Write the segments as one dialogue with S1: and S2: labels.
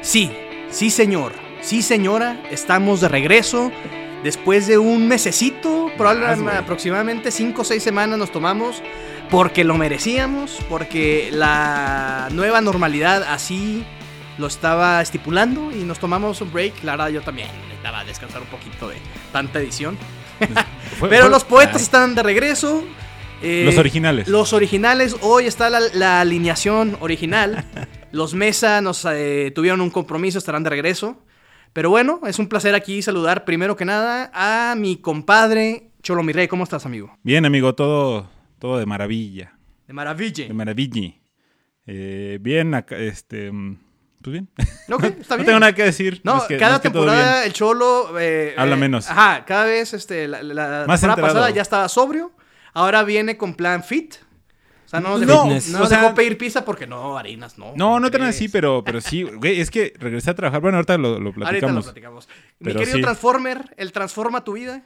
S1: Sí, sí señor, sí señora, estamos de regreso. Después de un mesecito, probablemente
S2: güey.
S1: aproximadamente 5 o 6 semanas nos tomamos porque lo merecíamos, porque la nueva normalidad así lo estaba estipulando y nos tomamos un break. La verdad yo también necesitaba descansar un poquito de tanta edición.
S2: Fue-
S1: Pero
S2: fue-
S1: los poetas
S2: Ay,
S1: están de regreso. eh,
S2: los originales.
S1: Los originales, hoy está la, la alineación original. Los Mesa nos eh, tuvieron un compromiso, estarán de regreso. Pero bueno, es un placer aquí saludar primero que nada a mi compadre Cholo mi Rey. ¿Cómo estás, amigo?
S2: Bien, amigo, todo, todo de maravilla.
S1: De maravilla.
S2: De maravilla. Eh, bien, acá, este. mm, Pues bien.
S1: Ok, está
S2: no
S1: bien.
S2: tengo nada que decir.
S1: No,
S2: más que-
S1: cada
S2: más que todo bien.
S1: temporada el Cholo... eh,
S2: Habla
S1: eh,
S2: menos.
S1: Ajá, cada vez este, la, la
S2: Más
S1: temporada
S2: enterado.
S1: pasada ya estaba sobrio. Ahora viene con plan fit. O sea, no nos dejó,
S2: No,
S1: no,
S2: o
S1: nos
S2: sea-
S1: dejó pedir pizza porque no, Harinas, no.
S2: No, no tan
S1: crees?
S2: así, pero, pero sí, güey, es que regresé a trabajar. Bueno, ahorita lo, lo
S1: Ahorita lo
S2: platicamos.
S1: platicamos. Mi
S2: Pero
S1: querido
S2: sí.
S1: Transformer, el Transforma tu vida.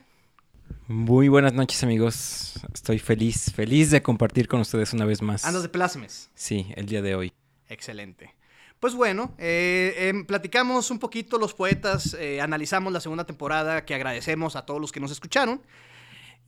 S3: Muy buenas noches, amigos. Estoy feliz, feliz de compartir con ustedes una vez más.
S1: Andas de plasmes.
S3: Sí, el día de hoy.
S1: Excelente. Pues bueno, eh, em, platicamos un poquito los poetas, eh, analizamos la segunda temporada, que agradecemos a todos los que nos escucharon.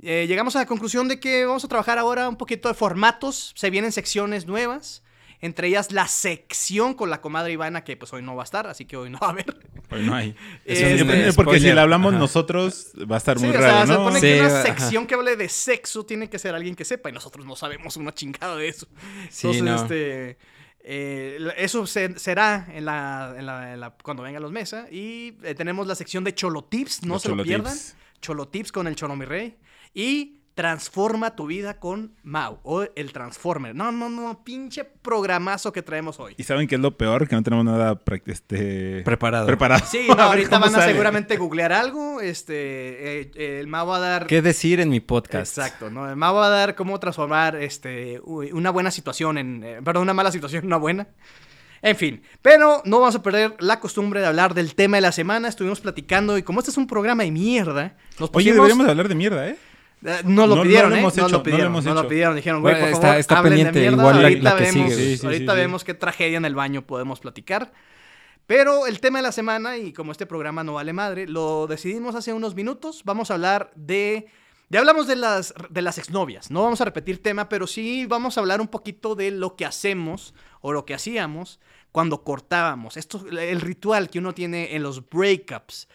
S1: Eh, llegamos a la conclusión de que vamos a trabajar ahora un poquito de formatos, se vienen secciones nuevas, entre ellas la sección con la comadre Ivana, que pues hoy no va a estar, así que hoy no va a haber.
S2: Hoy no hay.
S1: Este,
S2: Sí, depende, porque
S3: spoiler,
S2: si la hablamos
S3: ajá.
S2: nosotros, va a estar
S1: Sí,
S2: muy
S1: o
S2: raro,
S1: sea, se
S2: ¿no?
S1: supone
S3: Sí,
S1: que una
S3: ajá.
S1: sección que hable de sexo tiene que ser alguien que sepa y nosotros no sabemos una chingada de eso.
S3: Sí,
S1: Entonces,
S3: no.
S1: este, eh, la- eso se- será en la, en la- en la- cuando vengan los mesa y eh, tenemos la sección de Cholotips, no
S2: Los
S1: se lo
S2: Cholo
S1: pierdan.
S2: Tips.
S1: Cholotips con el Cholo mi rey y Transforma tu vida con Mau o el Transformer. No, no, no, pinche programazo que traemos hoy.
S2: Y saben que es lo peor, que no tenemos nada prac- este,
S3: Preparado.
S2: preparado.
S1: Sí, no,
S2: ver
S1: ahorita
S2: cómo
S1: van a
S2: sale.
S1: seguramente googlear algo, este, eh, eh, el Mau va a dar
S3: ¿Qué decir en mi podcast?
S1: Exacto, ¿no? Además va a dar cómo transformar este, u- una buena situación en... eh, Perdón, una mala situación en una buena. En fin, pero no vamos a perder la costumbre de hablar del tema de la semana. Estuvimos platicando y como este es un programa de mierda, nos
S2: Oye,
S1: pusimos-
S2: deberíamos hablar de mierda, ¿eh?
S1: eh, no
S2: No-
S1: lo
S2: no
S1: pidieron,
S2: lo
S1: ¿eh?
S2: hemos
S1: no
S2: hecho, no
S1: lo
S2: lo
S1: pidieron, no
S2: hemos
S1: lo
S2: hecho.
S1: pidieron. Dijeron, güey,
S3: Bueno,
S1: por
S3: está-
S1: favor,
S3: está
S1: hablen
S3: pendiente,
S1: de mierda.
S3: igual la-
S1: ahorita
S3: la que
S1: vemos,
S3: sigue,
S2: güey. Sí, sí,
S1: ahorita
S2: sí, sí.
S1: vemos qué tragedia en el baño podemos platicar. Pero el tema de la semana, y como este programa no vale madre, lo decidimos hace unos minutos. Vamos a hablar de... Ya hablamos de las, de las exnovias, no vamos a repetir tema, pero sí vamos a hablar un poquito de lo que hacemos o lo que hacíamos cuando cortábamos. Esto, el ritual que uno tiene en los breakups.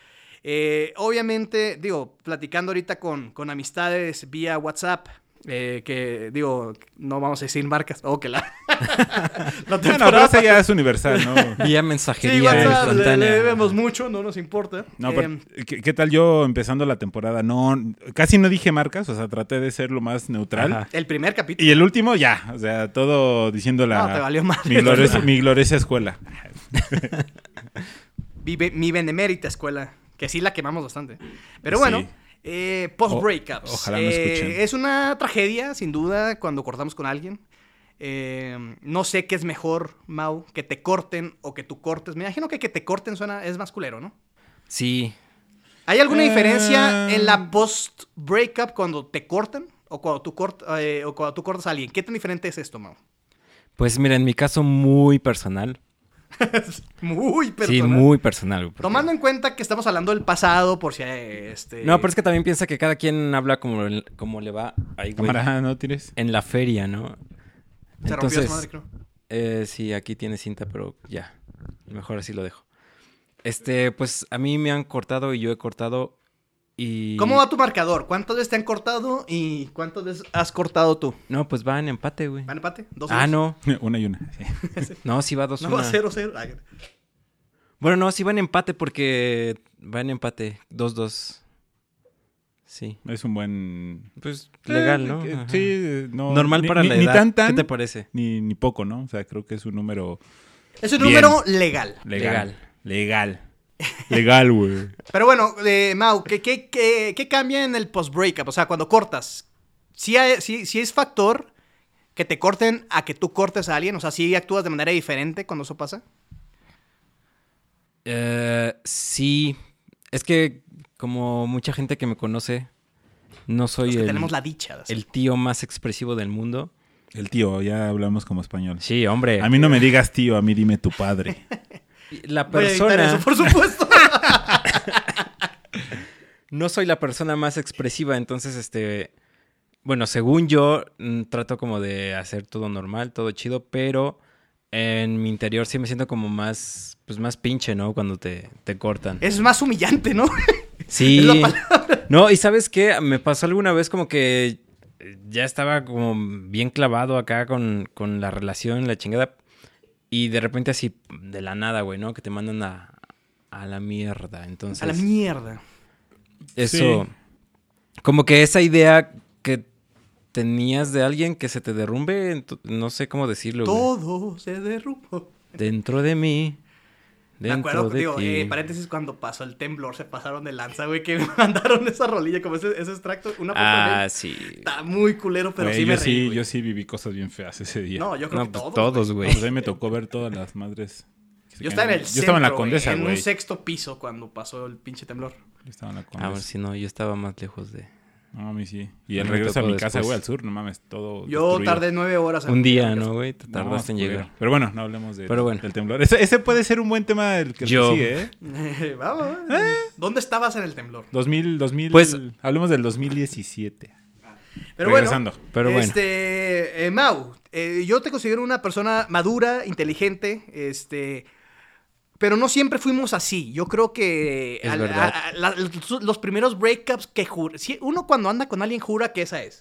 S1: Eh, obviamente, digo, platicando ahorita con, con amistades vía WhatsApp, eh, que digo, no vamos a decir marcas, o que la... la
S2: Bueno, pero
S1: temporada-
S2: esa ya es universal, ¿no?
S3: Vía
S1: Sí,
S3: mensajería
S1: WhatsApp le, le
S3: instantánea.
S1: debemos mucho, no nos importa.
S2: No,
S1: Eh,
S2: pero, ¿qué, qué tal yo empezando la temporada? No, casi no dije marcas, o sea, traté de ser lo más neutral.
S3: Ajá.
S1: el primer capítulo.
S2: Y el último, ya, o sea, todo diciendo la...
S1: No, te valió madre.
S2: mi, gloriosa, mi gloriosa escuela.
S1: Mi, be- mi benemérita escuela, que sí la quemamos bastante. Pero
S2: Sí.
S1: bueno, eh, post-breakups.
S2: O- ojalá no
S1: Eh,
S2: escuchen.
S1: Es una tragedia, sin duda, cuando cortamos con alguien. Eh, no sé qué es mejor, Mau, que te corten o que tú cortes. Me imagino que que te corten suena, es más culero, ¿no?
S3: Sí.
S1: ¿Hay alguna
S2: Eh.
S1: diferencia en la post-breakup cuando te cortan o cuando, tú cort- eh, o cuando tú cortas a alguien? ¿Qué tan diferente es esto, Mau?
S3: Pues mira, en mi caso muy personal.
S1: Muy
S3: Sí,
S1: personal.
S3: muy personal. porque-
S1: Tomando en cuenta que estamos hablando del pasado, por si eh, este.
S3: No, pero es que también piensa que cada quien habla como, como le va ahí, güey,
S2: Cámara, ah, ¿no tires?
S3: en la feria, ¿no?
S1: se rompió su madre, creo.
S3: Eh, sí, aquí tiene cinta, pero ya. Mejor así lo dejo. Este, pues a mí me han cortado y yo he cortado y...
S1: ¿Cómo va tu marcador? ¿Cuántas veces te han cortado y cuántas veces has cortado tú?
S3: No, pues va en empate, güey.
S1: ¿Van empate? ¿Dos
S3: Ah,
S1: dos?
S3: no.
S2: Una y una, sí.
S3: No, sí va 2-1.
S1: No, cero, cero. Ay,
S3: Bueno, no, sí va en empate porque va en empate. 2-2. Sí.
S2: Es un buen...
S3: Pues legal,
S2: Eh,
S3: ¿no?
S2: eh,
S3: Ajá.
S2: Sí, eh, no.
S3: Normal
S2: ni-
S3: para
S2: ni,
S3: la
S2: Ni
S3: edad.
S2: tan tan,
S3: ¿Qué te parece?
S2: ni, ni poco, ¿no? O sea, creo que es un número
S1: Es un
S2: Bien.
S1: número legal.
S2: legal. Legal. Legal, güey.
S1: Pero bueno, eh, Mau, ¿qué, qué, qué, qué cambia en el post-breakup? O sea, cuando cortas, si es factor que te corten a que tú cortes a alguien? O sea, si actúas de manera diferente cuando eso pasa?
S3: Eh, sí. Es que como mucha gente que me conoce, no soy
S1: Los que
S3: el,
S1: tenemos la dicha. de hacer.
S3: el tío más expresivo del mundo.
S2: El tío, ya hablamos como español.
S3: Sí, hombre.
S2: A mí no me digas tío, a mí dime tu padre.
S3: La
S1: Voy a editar
S3: persona.
S1: eso, por supuesto.
S3: No soy la persona más expresiva, entonces, este. Bueno, según yo, mm, trato como de hacer todo normal, todo chido, pero en mi interior sí me siento como más. Pues más pinche, ¿no? Cuando te, te cortan.
S1: es más humillante, ¿no?
S3: Sí.
S1: Es la
S3: no, y sabes qué, me pasó alguna vez como que eh, ya estaba como bien clavado acá con, con la relación, la chingada. Y de repente así, de la nada, güey, ¿no? Que te mandan a, a la mierda. Entonces,
S1: A la mierda.
S3: eso...
S2: Sí.
S3: Como que esa idea que tenías de alguien que se te derrumbe, en tu- no sé cómo decirlo, güey.
S1: Todo se derrumbó.
S3: Dentro de mí.
S1: Me
S3: Dentro
S1: acuerdo,
S3: de
S1: digo,
S3: ti.
S1: eh, paréntesis, cuando pasó el temblor, se pasaron de lanza, güey, que me mandaron esa rolilla, como ese, ese extracto, una foto de
S3: ah,
S1: él.
S3: sí.
S1: Está muy culero, pero
S2: Güey,
S1: sí me
S2: yo,
S1: reí,
S2: sí,
S1: güey.
S2: yo sí viví cosas bien feas ese día.
S1: No, yo creo
S3: No,
S1: que
S3: pues,
S1: todos.
S3: todos,
S2: No,
S3: güey.
S2: pues ahí me tocó ver todas las madres. que se
S1: Yo estaba en
S2: caían.
S1: el centro,
S2: Yo estaba en la condesa,
S1: güey, en
S2: güey.
S1: un sexto piso cuando pasó el pinche temblor.
S2: Yo estaba en la
S3: Ah, bueno,
S2: condesa.
S3: sí, no, yo estaba más lejos de...
S2: No, a mí sí. Y el
S3: Me
S2: regreso a
S3: tocó
S2: mi casa,
S3: después.
S2: güey, al sur, no mames, todo.
S1: Yo
S2: destruido.
S1: tardé nueve horas. en
S3: Un día,
S1: llegar a
S3: ¿no, güey? Te
S2: No,
S3: tardaste en
S2: culero.
S3: llegar.
S2: Pero bueno, no hablemos de,
S3: Pero bueno.
S2: del temblor. Ese, ese puede ser un buen tema del que
S3: Yo.
S2: sigue, ¿eh?
S1: casa. Vamos. ¿Dónde estabas en el temblor?
S2: 2000, 2000.
S3: Pues-
S2: hablemos del 2017.
S1: Pero
S2: Regresando.
S1: bueno,
S3: Pero bueno.
S1: este, eh, Mau, eh, yo te considero una persona madura, inteligente, este, pero no siempre fuimos así. Yo creo que
S3: Es verdad.
S1: la- los, los primeros breakups que jur- sí, uno cuando anda con alguien jura que esa es.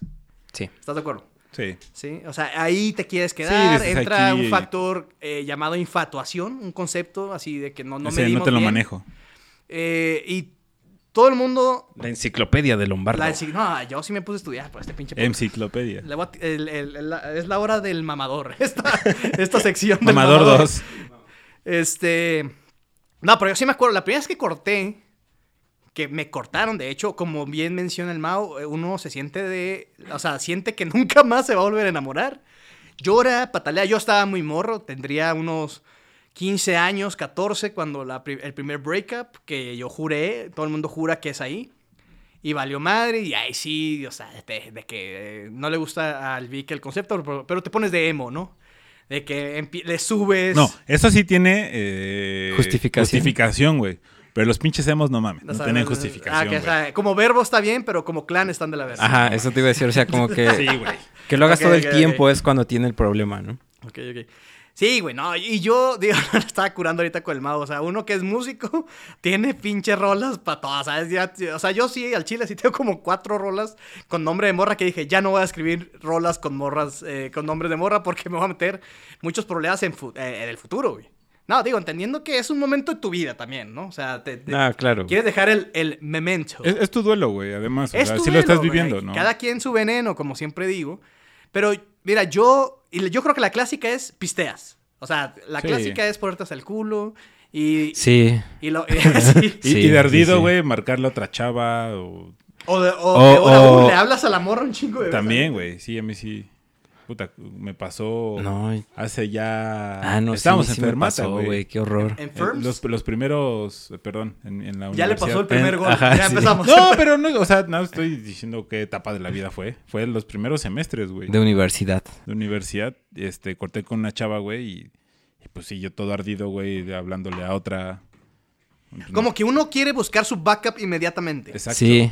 S3: Sí.
S1: ¿Estás de acuerdo?
S2: Sí.
S1: Sí, o sea, ahí te quieres quedar,
S2: dices,
S1: entra
S2: aquí-
S1: un factor eh, llamado infatuación, un concepto así de que no, no
S2: Ese
S1: medimos
S2: no te lo
S1: bien.
S2: manejo.
S1: Eh, y todo el mundo...
S3: La enciclopedia de Lombardo.
S1: La, sí, no, yo sí me puse a estudiar por este pinche...
S2: Em,
S1: podcast.
S2: Enciclopedia.
S1: Le voy a ti- el- el- el- la- es la hora del mamador. Esta, esta sección del
S2: Mamador 2.
S1: Este. No, pero yo sí me acuerdo. La primera vez que corté, que me cortaron, de hecho, como bien menciona el Mao, eh, uno se siente de. O sea, siente que nunca más se va a volver a enamorar. Llora, patalea. Yo estaba muy morro, tendría unos 15 años, 14, cuando la pri- el primer breakup, que yo juré, todo el mundo jura que es ahí. Y valió madre, y ahí sí, o sea, de, de que eh, no le gusta al Vic el concepto, pero, pero te pones de emo, ¿no? De que empie- le subes.
S2: No, eso sí tiene. eh,
S3: Justificación.
S2: Justificación, güey. Pero los pinches hemos no mames.
S1: O
S2: No,
S1: sea,
S2: tienen
S1: no-
S2: justificación.
S1: ah, que, o
S2: güey.
S1: sea, como verbo está bien, pero como clan están de la verga.
S3: Ajá, eso te iba a decir. O sea, como que.
S2: Sí, güey.
S3: Que lo hagas
S1: Ok,
S3: todo el
S1: ok, ok.
S3: tiempo es cuando tiene el problema, ¿no?
S1: Ok, ok. Sí, güey, no, y yo, digo, estaba curando ahorita con el mago, o sea, uno que es músico, tiene pinches rolas para todas, ¿sabes? Ya- o sea, yo sí, al chile sí tengo como cuatro rolas con nombre de morra que dije, ya no voy a escribir rolas con morras, eh, con nombres de morra porque me voy a meter muchos problemas en, fu- eh, en el futuro, güey. No, digo, entendiendo que es un momento de tu vida también, ¿no? O sea, te, te-
S3: Ah, claro.
S1: quieres dejar el, el memento.
S2: Es, es tu duelo, güey, además. O
S1: Es
S2: sea,
S1: tu
S2: si lo estás
S1: duelo, güey.
S2: viviendo, ¿no?
S1: Cada quien su veneno, como siempre digo. Pero, mira, yo, y yo creo que la clásica es pisteas. O sea, la
S2: Sí.
S1: clásica es ponerte hasta el culo y...
S3: Sí.
S1: y lo, sí.
S2: Y,
S3: Sí,
S2: y de ardido,
S3: sí, sí.
S2: güey, marcarle a otra chava. O...
S1: O, de- o-
S3: O-
S1: de hora
S3: o-
S1: uno, le hablas a la morra un chingo de veces.
S2: También, güey. Sí, a mí sí. Puta, me pasó.
S3: No.
S2: Hace ya.
S3: Ah, no, sí,
S2: Estábamos
S3: sí,
S2: en
S3: me
S2: Fermata,
S3: pasó, güey. Qué horror.
S1: En
S2: Eh,
S1: Firms,
S2: Los, los primeros, eh, perdón, en, en la
S1: ya le pasó el
S2: universidad. Eh,
S1: primer
S3: en-
S1: gol.
S3: ajá,
S1: ya
S3: sí.
S1: empezamos.
S2: No, pero no, o sea, no estoy diciendo qué etapa de la vida fue. Fue los primeros semestres, güey.
S3: De
S2: De,
S3: universidad.
S2: universidad, este, corté con una chava, güey, y, y pues sí, yo todo ardido, güey, de- hablándole a otra. Pues
S1: Como que uno quiere buscar su backup inmediatamente.
S2: Exacto.
S3: Sí.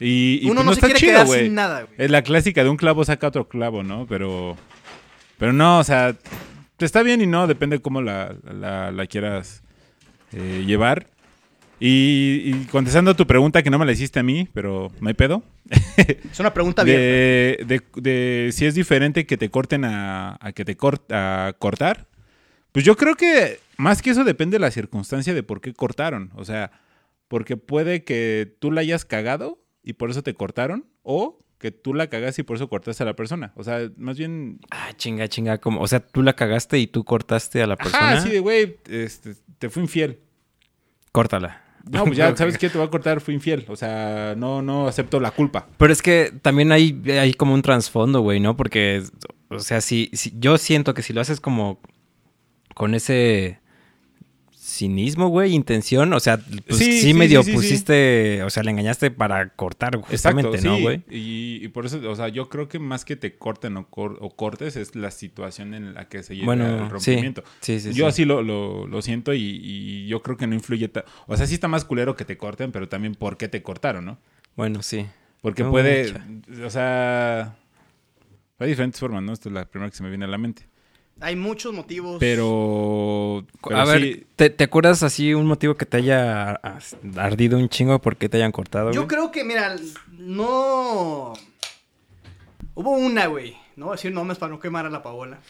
S2: Y, y,
S1: Uno
S2: pues,
S1: no, se
S2: está
S1: quiere
S2: chido,
S1: quedar
S2: güey.
S1: sin nada, güey.
S2: Es la clásica de un clavo saca otro clavo, ¿no? Pero. Pero no, o sea. Está bien y no, depende cómo la, la- la quieras eh, llevar. Y, y contestando a tu pregunta que no me la hiciste a mí, pero no hay pedo.
S1: Es una pregunta bien.
S2: de, de- de si es diferente que te corten a, a que te cor- a cortar. Pues yo creo que más que eso depende de la circunstancia de por qué cortaron. O sea, porque puede que tú la hayas cagado y por eso te cortaron, o que tú la cagaste y por eso cortaste a la persona. O sea, más bien.
S3: Ah, chinga, chinga. Como, o sea, tú la cagaste y tú cortaste a la persona.
S2: Ajá, sí, de güey, este, te fui infiel.
S3: Córtala.
S2: No, pues ya sabes que te va a cortar, fui infiel. O sea, no, no acepto la culpa.
S3: Pero es que también hay, hay como un trasfondo, güey, ¿no? Porque, o sea, si, si- yo siento que si lo haces como con ese cinismo, güey, intención. O sea, pues
S2: Sí,
S3: sí,
S2: sí,
S3: medio
S2: sí, sí, sí.
S3: pusiste, o sea, le engañaste para cortar justamente, ¿no,
S2: sí.
S3: güey?
S2: Y, y por eso, o sea, yo creo que más que te corten o, cor- o cortes es la situación en la que se llega el
S3: Bueno, sí.
S2: rompimiento.
S3: Sí, sí,
S2: yo
S3: sí.
S2: así lo, lo- lo siento y, y yo creo que no influye. ta- O sea, sí está más culero que te corten, pero también por qué te cortaron, ¿no?
S3: Bueno, sí.
S2: Porque
S3: No,
S2: puede,
S3: mucha.
S2: o sea, hay diferentes formas, ¿no? Esta es la primera que se me viene a la mente.
S1: Hay muchos motivos.
S2: Pero, pero
S3: a ver,
S2: sí,
S3: ¿te, te acuerdas así un motivo que te haya as- ardido un chingo porque te hayan cortado?
S1: Yo
S3: güey?
S1: creo que, mira, no. Hubo una, güey. No voy a decir nombres para no quemar a la Paola.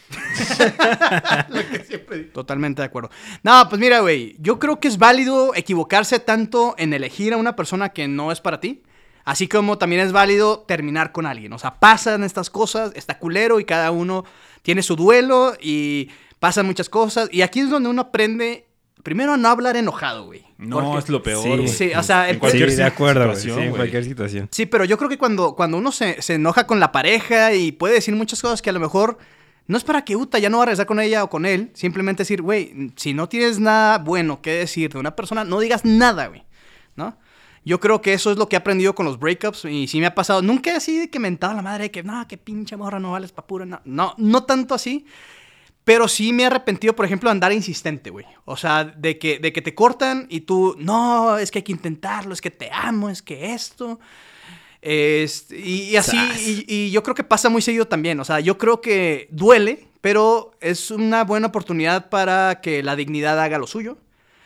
S1: Lo que siempre digo. Totalmente de acuerdo. No, pues mira, güey. Yo creo que es válido equivocarse tanto en elegir a una persona que no es para ti. Así como también es válido terminar con alguien. O sea, pasan estas cosas, está culero y cada uno tiene su duelo y pasan muchas cosas. Y aquí es donde uno aprende, primero, a no hablar enojado, güey.
S2: no
S1: Porque-
S2: es lo peor.
S3: Sí,
S2: güey.
S1: sí, o sea,
S2: en
S1: el-
S2: cualquier
S3: sí, de acuerdo, güey. Sí,
S2: situación,
S3: en
S2: güey.
S3: cualquier situación.
S1: Sí, pero yo creo que cuando, cuando uno se, se enoja con la pareja y puede decir muchas cosas que a lo mejor no es para que Uta ya no va a regresar con ella o con él, simplemente decir, güey, si no tienes nada bueno que decir de una persona, no digas nada, güey, ¿no? Yo creo que eso es lo que he aprendido con los breakups y sí me ha pasado. Nunca así de que me mentaba la madre de que, no, que pinche morra, no vales pa' pura, no, no, no tanto así. Pero sí me he arrepentido, por ejemplo, de andar insistente, güey. O sea, de que, de que te cortan y tú, no, es que hay que intentarlo, es que te amo, es que esto. Este, y, y así,
S3: Sas.
S1: y, y yo creo que pasa muy seguido también. O sea, yo creo que duele, pero es una buena oportunidad para que la dignidad haga lo suyo.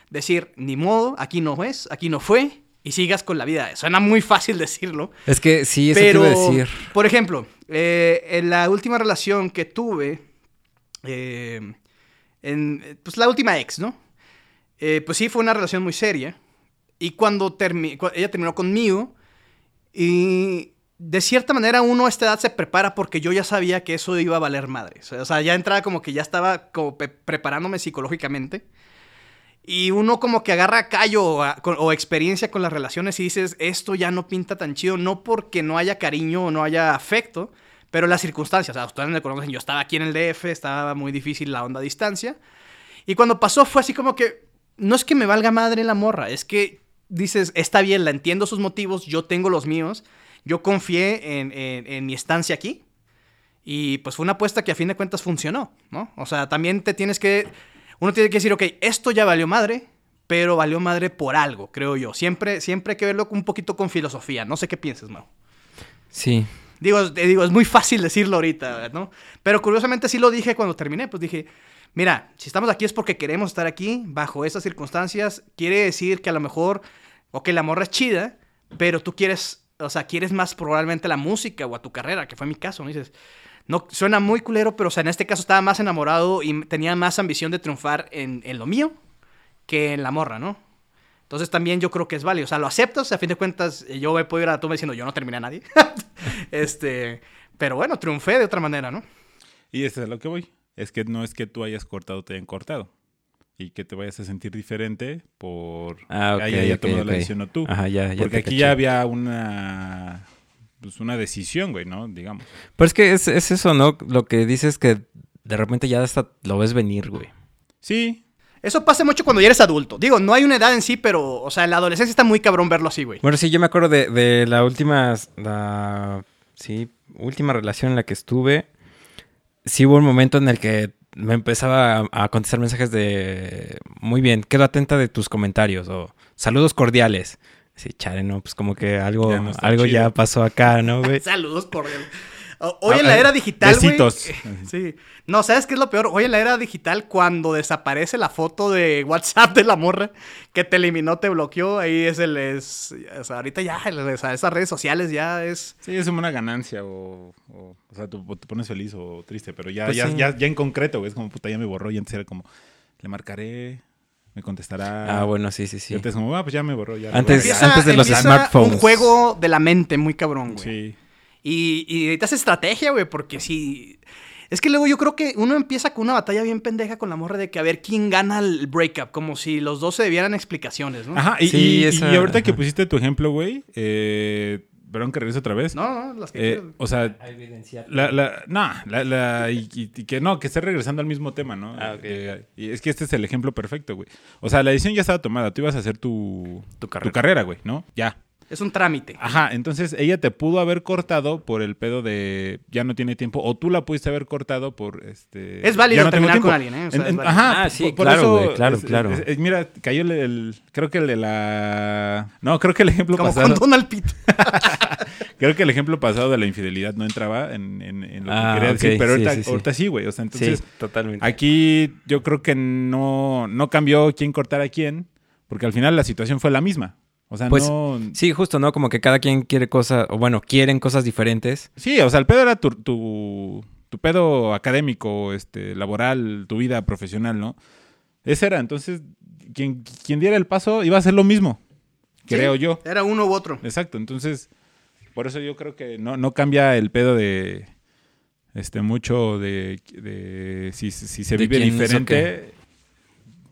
S1: Decir, ni modo, aquí no es, aquí no fue, y sigas con la vida. Suena muy fácil decirlo,
S3: Es que sí, eso
S1: pero,
S3: te iba a decir.
S1: por ejemplo, eh, en la última relación que tuve, eh, en, pues la última ex, ¿no? Eh, pues sí, fue una relación muy seria. Y cuando termi- cu- ella terminó conmigo, y de cierta manera uno a esta edad se prepara porque yo ya sabía que eso iba a valer madre. O sea, O sea, ya entraba como que ya estaba como pe- preparándome psicológicamente. Y uno como que agarra callo o, a- con- o experiencia con las relaciones y dices, esto ya no pinta tan chido, no porque no haya cariño o no haya afecto, pero las circunstancias, o sea, ustedes me conocen, yo estaba aquí en el DF, estaba muy difícil la onda a distancia. Y cuando pasó fue así como que, no es que me valga madre la morra, es que dices, está bien, la entiendo sus motivos, yo tengo los míos, yo confié en, en- en mi estancia aquí. Y pues fue una apuesta que a fin de cuentas funcionó, ¿no? O sea, también te tienes que, uno tiene que decir, ok, esto ya valió madre, pero valió madre por algo, creo yo. Siempre, siempre hay que verlo un poquito con filosofía. No sé qué pienses, Mau.
S3: Sí.
S1: Digo, te digo, es muy fácil decirlo ahorita, ¿no? Pero curiosamente sí lo dije cuando terminé, pues dije, mira, si estamos aquí es porque queremos estar aquí, bajo esas circunstancias, quiere decir que a lo mejor, o que la morra es chida, pero tú quieres, o sea, quieres más probablemente la música o a tu carrera, que fue mi caso, ¿no? Dices, no, suena muy culero, pero o sea, en este caso estaba más enamorado y tenía más ambición de triunfar en, en lo mío que en la morra, ¿no? Entonces también yo creo que es válido. O sea, lo aceptas, a fin de cuentas, eh, yo me puedo ir a la tumba diciendo, yo no terminé a nadie. este, pero bueno, triunfé de otra manera, ¿no?
S2: Y eso es a lo que voy. Es que no es que tú hayas cortado, te hayan cortado. Y que te vayas a sentir diferente por
S3: Ah, ok.
S2: que haya
S3: ok,
S2: tomado la
S3: ok.
S2: decisión o tú.
S3: Ajá, ya, ya
S2: Porque
S3: te
S2: aquí
S3: caché.
S2: ya había una pues una decisión, güey, ¿no? Digamos.
S3: Pero es que es, es eso, ¿no? Lo que dices que de repente ya hasta lo ves venir, güey.
S2: Sí.
S1: Eso pasa mucho cuando ya eres adulto. Digo, no hay una edad en sí, pero, o sea, en la adolescencia está muy cabrón verlo así, güey.
S3: Bueno, sí, yo me acuerdo de, de la última. La, sí, última relación en la que estuve. Sí hubo un momento en el que me empezaba a, a contestar mensajes de. Muy bien, quedo atenta de tus comentarios. O saludos cordiales. Sí, chale, ¿no? Pues como que algo
S2: Ya
S3: ya,
S2: no está
S3: algo ya
S2: chido.
S3: pasó acá, ¿no, güey?
S1: Saludos por el- O- Hoy
S2: Ah,
S1: en la
S2: eh,
S1: era digital, güey. Eh.
S2: besitos.
S1: Sí. No, ¿sabes qué es lo peor? Hoy en la era digital, cuando desaparece la foto de WhatsApp de la morra que te eliminó, te bloqueó, ahí es el... Es, o sea, ahorita ya, el- esas redes sociales ya es...
S2: Sí, es una ganancia o, o, o sea, tú te pones feliz o triste, pero ya
S3: Pues
S2: ya,
S3: sí.
S2: ya ya en concreto, güey, es como puta, ya me borró y antes era como le marcaré, me contestará.
S3: Ah, bueno, sí, sí,
S2: Y
S3: sí.
S2: antes como, ah, pues ya me borró, ya.
S3: Antes- antes de los
S1: empieza
S3: smartphones.
S1: Un juego de la mente muy cabrón, güey.
S2: Sí.
S1: Y, y necesitas estrategia, güey, porque si. Es que luego yo creo que uno empieza con una batalla bien pendeja con la morra de que a ver quién gana el breakup, como si los dos se debieran explicaciones, ¿no?
S2: Ajá, y,
S3: Sí,
S2: y-
S3: esa-
S2: y ahorita que
S3: ajá.
S2: pusiste tu ejemplo, güey, eh, perdón que regrese otra vez.
S1: No, no, las que
S2: Eh,
S1: quieras.
S2: o sea,
S3: A evidenciar.
S2: la, la, nah, la, la- y, y- y que no, que esté regresando al mismo tema, ¿no?
S3: Ah, ok.
S2: Eh, y es que este es el ejemplo perfecto, güey. O sea, la decisión ya estaba tomada. Tú ibas a hacer tu,
S1: Tu carrera.
S2: tu carrera, güey, ¿no? Ya.
S1: Es un trámite.
S2: Ajá, entonces ella te pudo haber cortado por el pedo de ya no tiene tiempo, o tú la pudiste haber cortado por este.
S1: Es válido
S2: ya no tengo
S1: terminar
S2: tiempo.
S1: con alguien, ¿eh? O sea, es válido.
S2: ajá,
S3: Ah, sí,
S2: por- por
S3: claro,
S2: eso
S3: güey, claro,
S2: es-
S3: claro.
S2: es- es- mira, cayó el, el- Creo que el de la. No, creo que el ejemplo
S1: Como
S2: pasado.
S1: con Donald Pitt.
S2: Creo que el ejemplo pasado de la infidelidad no entraba en, en- en lo
S3: Ah,
S2: que quería
S3: ok,
S2: decir, pero
S3: sí,
S2: ahorita ahorita
S3: sí, sí.
S2: sí, güey. O sea, entonces.
S3: sí, totalmente.
S2: Aquí yo creo que no, no cambió quién cortar a quién, porque al final la situación fue la misma. O sea,
S3: Pues,
S2: no.
S3: Sí, justo, ¿no? Como que cada quien quiere cosas, o bueno, quieren cosas diferentes.
S2: Sí, o sea, el pedo era tu, tu, tu pedo académico, este, laboral, tu vida profesional, ¿no? Ese era, entonces, quien, quien diera el paso iba a hacer lo mismo, creo
S1: Sí,
S2: yo. Eh.
S1: Era uno u otro.
S2: Exacto, entonces, por eso yo creo que no, no cambia el pedo de, este, mucho de, de si, si se
S3: De
S2: vive
S3: quién hizo
S2: diferente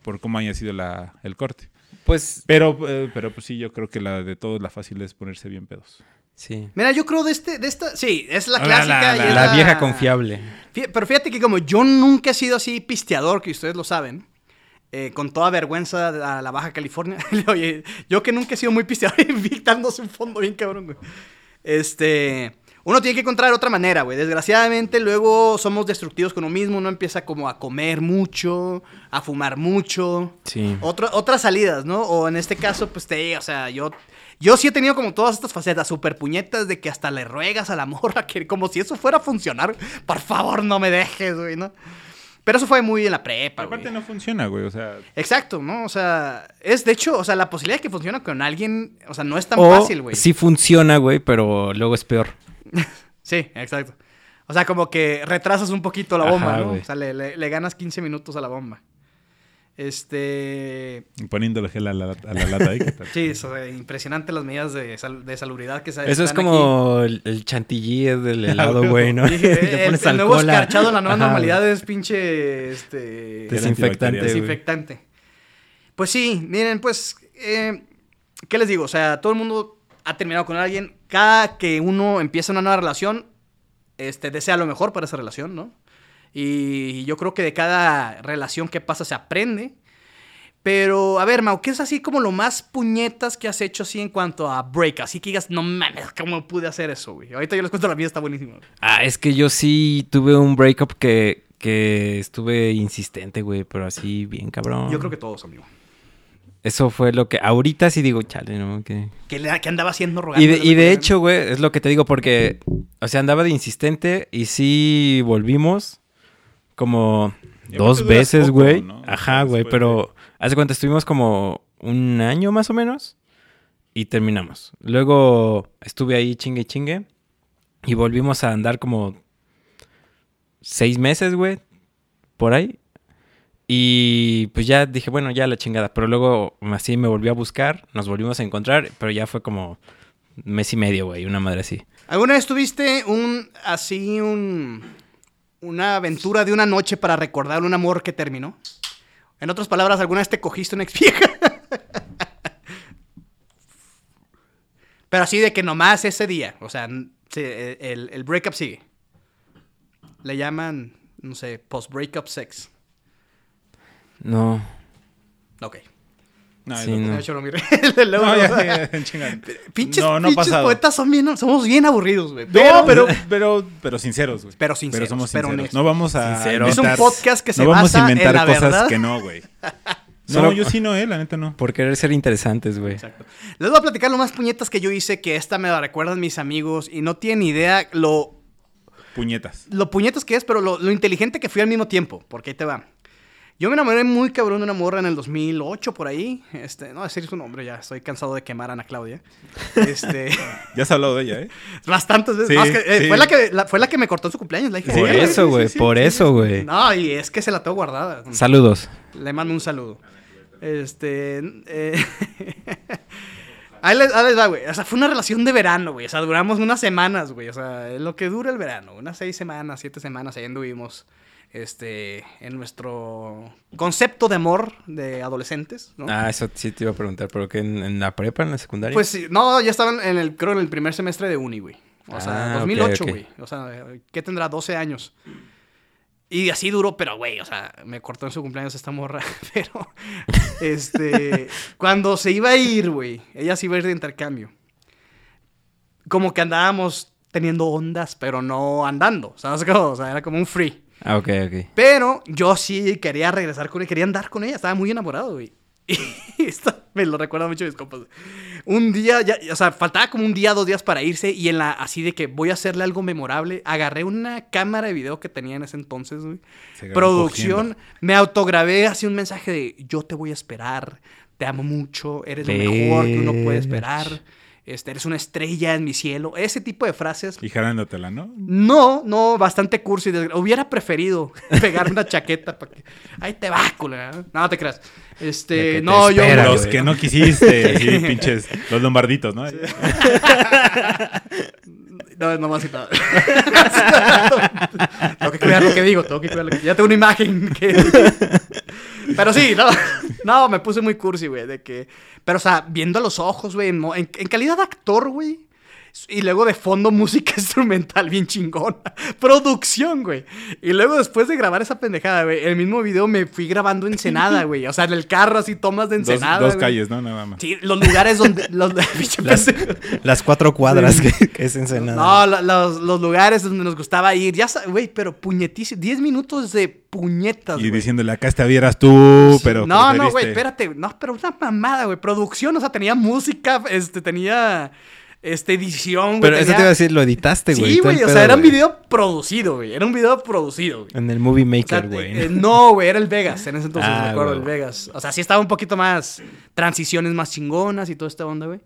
S2: por cómo haya sido la, el corte.
S3: Pues,
S2: Pero, eh, pero pues sí, yo creo que la de todos la fácil es ponerse bien pedos.
S3: sí.
S1: Mira, yo creo de este, de esta, sí, es la
S2: La-
S1: clásica.
S2: la-
S1: y
S2: la-
S1: es
S3: La vieja confiable.
S1: Fí- Pero fíjate que como yo nunca he sido así pisteador, que ustedes lo saben, eh, con toda vergüenza a la Baja California. le- Oye, yo que nunca he sido muy pisteador, invitándose un fondo bien cabrón, güey. Este, uno tiene que encontrar otra manera, güey. Desgraciadamente luego somos destructivos con uno mismo, uno empieza como a comer mucho, a fumar mucho.
S3: Sí.
S1: Otro- otras salidas, ¿no? O en este caso, pues te, o sea, yo, yo sí he tenido como todas estas facetas, super puñetas de que hasta le ruegas a la morra, que como si eso fuera a funcionar, por favor no me dejes, güey, ¿no? Pero eso fue muy en la prepa, güey.
S2: Aparte no funciona, güey, o sea...
S1: Exacto, ¿no? O sea, es de hecho, o sea, la posibilidad de que funcione con alguien, o sea, no es tan
S3: o
S1: fácil, güey.
S3: sí funciona, güey, pero luego es peor.
S1: Sí, exacto. O sea, como que retrasas un poquito la bomba,
S3: Ajá,
S1: ¿no?
S3: güey.
S1: O sea, le, le- le ganas 15 minutos a la bomba. Este.
S2: Poniéndole gel a la, a la lata ahí. que tal.
S1: Sí, es, eh, impresionante las medidas de, sal- de salubridad que se
S3: Eso es
S1: están
S3: como el, el chantilly es del helado, güey, ¿no?
S1: aquí. Sí,
S3: Le
S1: el,
S3: pones
S1: el nuevo
S3: alcohol a-
S1: escarchado, la nueva
S3: Ajá,
S1: normalidad es pinche este,
S2: Des-
S3: Desinfectante, güey.
S1: desinfectante. Pues sí, miren, pues, eh, ¿qué les digo? O sea, todo el mundo ha terminado con alguien. Cada que uno empieza una nueva relación, este, desea lo mejor para esa relación, ¿no? Y yo creo que de cada relación que pasa se aprende. Pero, a ver, Mau, ¿qué es así como lo más puñetas que has hecho así en cuanto a break? Así que digas, no mames, ¿cómo pude hacer eso, güey? Ahorita yo les cuento la mía, está buenísima.
S3: Ah, es que yo sí tuve un breakup que, que estuve insistente, güey, pero así bien cabrón.
S1: Yo creo que todos, amigo.
S3: Eso fue lo que... Ahorita sí digo, chale, ¿no? Que...
S1: Que, le- que andaba haciendo rogando.
S3: Y de, y de hecho, güey, es lo que te digo, porque, o sea, andaba de insistente y sí volvimos como
S2: Y aparte
S3: dos
S2: duras
S3: veces,
S2: poco,
S3: güey.
S2: ¿no?
S3: Ajá, güey,
S2: Después
S3: pero hace cuánto estuvimos como un año más o menos y terminamos. Luego estuve ahí chingue y chingue y volvimos a andar como seis meses, güey, por ahí. Y pues ya dije, bueno, ya la chingada. Pero luego así me volvió a buscar, nos volvimos a encontrar, pero ya fue como mes y medio, güey, una madre así.
S1: ¿Alguna vez tuviste un, así, un, una aventura de una noche para recordar un amor que terminó? En otras palabras, ¿alguna vez te cogiste una ex vieja? Pero así de que nomás ese día, o sea, n- se- el, el breakup sigue. Le llaman, no sé, post-breakup sex.
S3: No.
S1: Ok.
S2: No,
S3: Sí,
S2: es
S3: no.
S1: De hecho, no, mire. Luego-
S2: No, ya, ya, ya, chinga.
S1: Pinches,
S2: No, no ha
S1: pinches
S2: pasado.
S1: poetas son bien, somos bien aburridos, güey.
S2: No, pero, pero, pero sinceros, güey.
S1: Pero sinceros,
S2: somos
S1: pero
S2: sinceros.
S1: honestos.
S2: no vamos a.
S3: Sinceros.
S2: inventar-
S1: Es un podcast que se
S2: no vamos
S1: basa
S2: a inventar
S1: en la
S2: cosas
S1: verdad.
S2: que no, güey. No,
S3: Solo-
S2: yo sí no, eh, la neta no.
S3: Por querer ser interesantes, güey.
S1: Exacto. Les voy a platicar lo más puñetas que yo hice, que esta me la recuerdan mis amigos y no tienen idea lo,
S2: Puñetas.
S1: lo puñetas que es, pero lo, lo inteligente que fui al mismo tiempo, porque ahí te va. Yo me enamoré muy cabrón de una morra en el 2008 por ahí. Este, no decir su nombre ya, estoy cansado de quemar a Ana Claudia. Este,
S2: Ya has hablado de ella, ¿eh?
S1: bastantes veces.
S2: Sí,
S1: más que- eh,
S2: sí.
S1: Fue, la que, la- fue la que me cortó en su cumpleaños, la hija. de
S3: Por
S1: verga.
S3: eso, güey, por eso, güey.
S1: No, y es que se la tengo guardada.
S3: Saludos.
S1: Le mando un saludo. Este. eh, ahí, les, ahí les va, güey. O sea, fue una relación de verano, güey. O sea, duramos unas semanas, güey. O sea, es lo que dura el verano. Unas seis semanas, siete semanas, ahí anduvimos. este, en nuestro concepto de amor de adolescentes, ¿no?
S3: Ah, eso sí te iba a preguntar, pero que en, en la prepa, en la secundaria.
S1: Pues sí, no, ya estaban en el, creo, en el primer semestre de uni, güey. O sea,
S3: Ah, ok,
S1: 2008,
S3: ok.
S1: güey. O sea, ¿qué tendrá? 12 años. Y así duró, pero güey, o sea, me cortó en su cumpleaños esta morra. Pero, este, cuando se iba a ir, güey, ella se iba a ir de intercambio. Como que andábamos teniendo ondas, pero no andando. ¿Sabes cómo? O sea, era como un free.
S3: Ah, ok, ok.
S1: Pero yo sí quería regresar con ella, quería andar con ella, estaba muy enamorado, güey. Y esto me lo recuerda mucho mis compas. Un día, ya, o sea, faltaba como un día, dos días para irse y en la, así de que voy a hacerle algo memorable, agarré una cámara de video que tenía en ese entonces, güey.
S2: Se graban
S1: Producción,
S2: cogiendo.
S1: me autograbé así un mensaje de yo te voy a esperar, te amo mucho, eres lo mejor que uno puede esperar, este, eres una estrella en mi cielo, ese tipo de frases
S2: Y jalándotela, ¿no?
S1: no, no, bastante cursi. desgra- Hubiera preferido pegar una chaqueta para que. Ahí te va, culera. No te creas.
S3: La que
S1: Este,
S3: te
S1: no, yo.
S3: espera,
S2: Los
S3: güey.
S2: que no quisiste, sí, pinches, los lombarditos, ¿no?
S1: No, no más que nada. tengo que cuidar lo que digo, tengo que cuidar lo que- Ya tengo una imagen que. Pero sí, no. No, me puse muy cursi, güey. De que. Pero, o sea, viendo a los ojos, güey. En, mo- en- en calidad de actor, güey. Y luego de fondo música instrumental bien chingona. Producción, güey. Y luego después de grabar esa pendejada, güey. El mismo video me fui grabando Ensenada, güey. O sea, en el carro así tomas de
S2: Dos, dos
S1: Ensenada. güey.
S2: calles, ¿no? Nada más.
S1: Sí, los lugares donde... Los, pinche pendejo.
S4: Las cuatro
S1: mm,
S4: cuadras que, que es Ensenada.
S1: No, lo- los, los lugares donde nos gustaba ir. Ya sa- güey, pero puñetísimo. 10 minutos de puñetas,
S2: Y
S1: güey.
S2: diciéndole, acá vieras tú, pero.
S1: no, no,
S2: preferiste-
S1: güey, espérate. No, pero una mamada, güey. Producción, o sea, tenía música, este, tenía este, edición, güey.
S4: Pero eso te
S1: tenía-
S4: iba a decir, lo editaste, güey.
S1: Sí,
S4: todo el
S1: güey, o
S4: pedo,
S1: sea, era un
S4: güey.
S1: video producido, güey. Era un video producido, güey.
S4: En el Movie
S1: O sea,
S4: Maker,
S1: eh,
S4: güey.
S1: eh, no, güey, era el Vegas. En ese entonces
S4: Ah,
S1: me acuerdo,
S4: güey.
S1: el Vegas. O sea, sí estaba un poquito más. Transiciones más chingonas y toda esta onda, güey.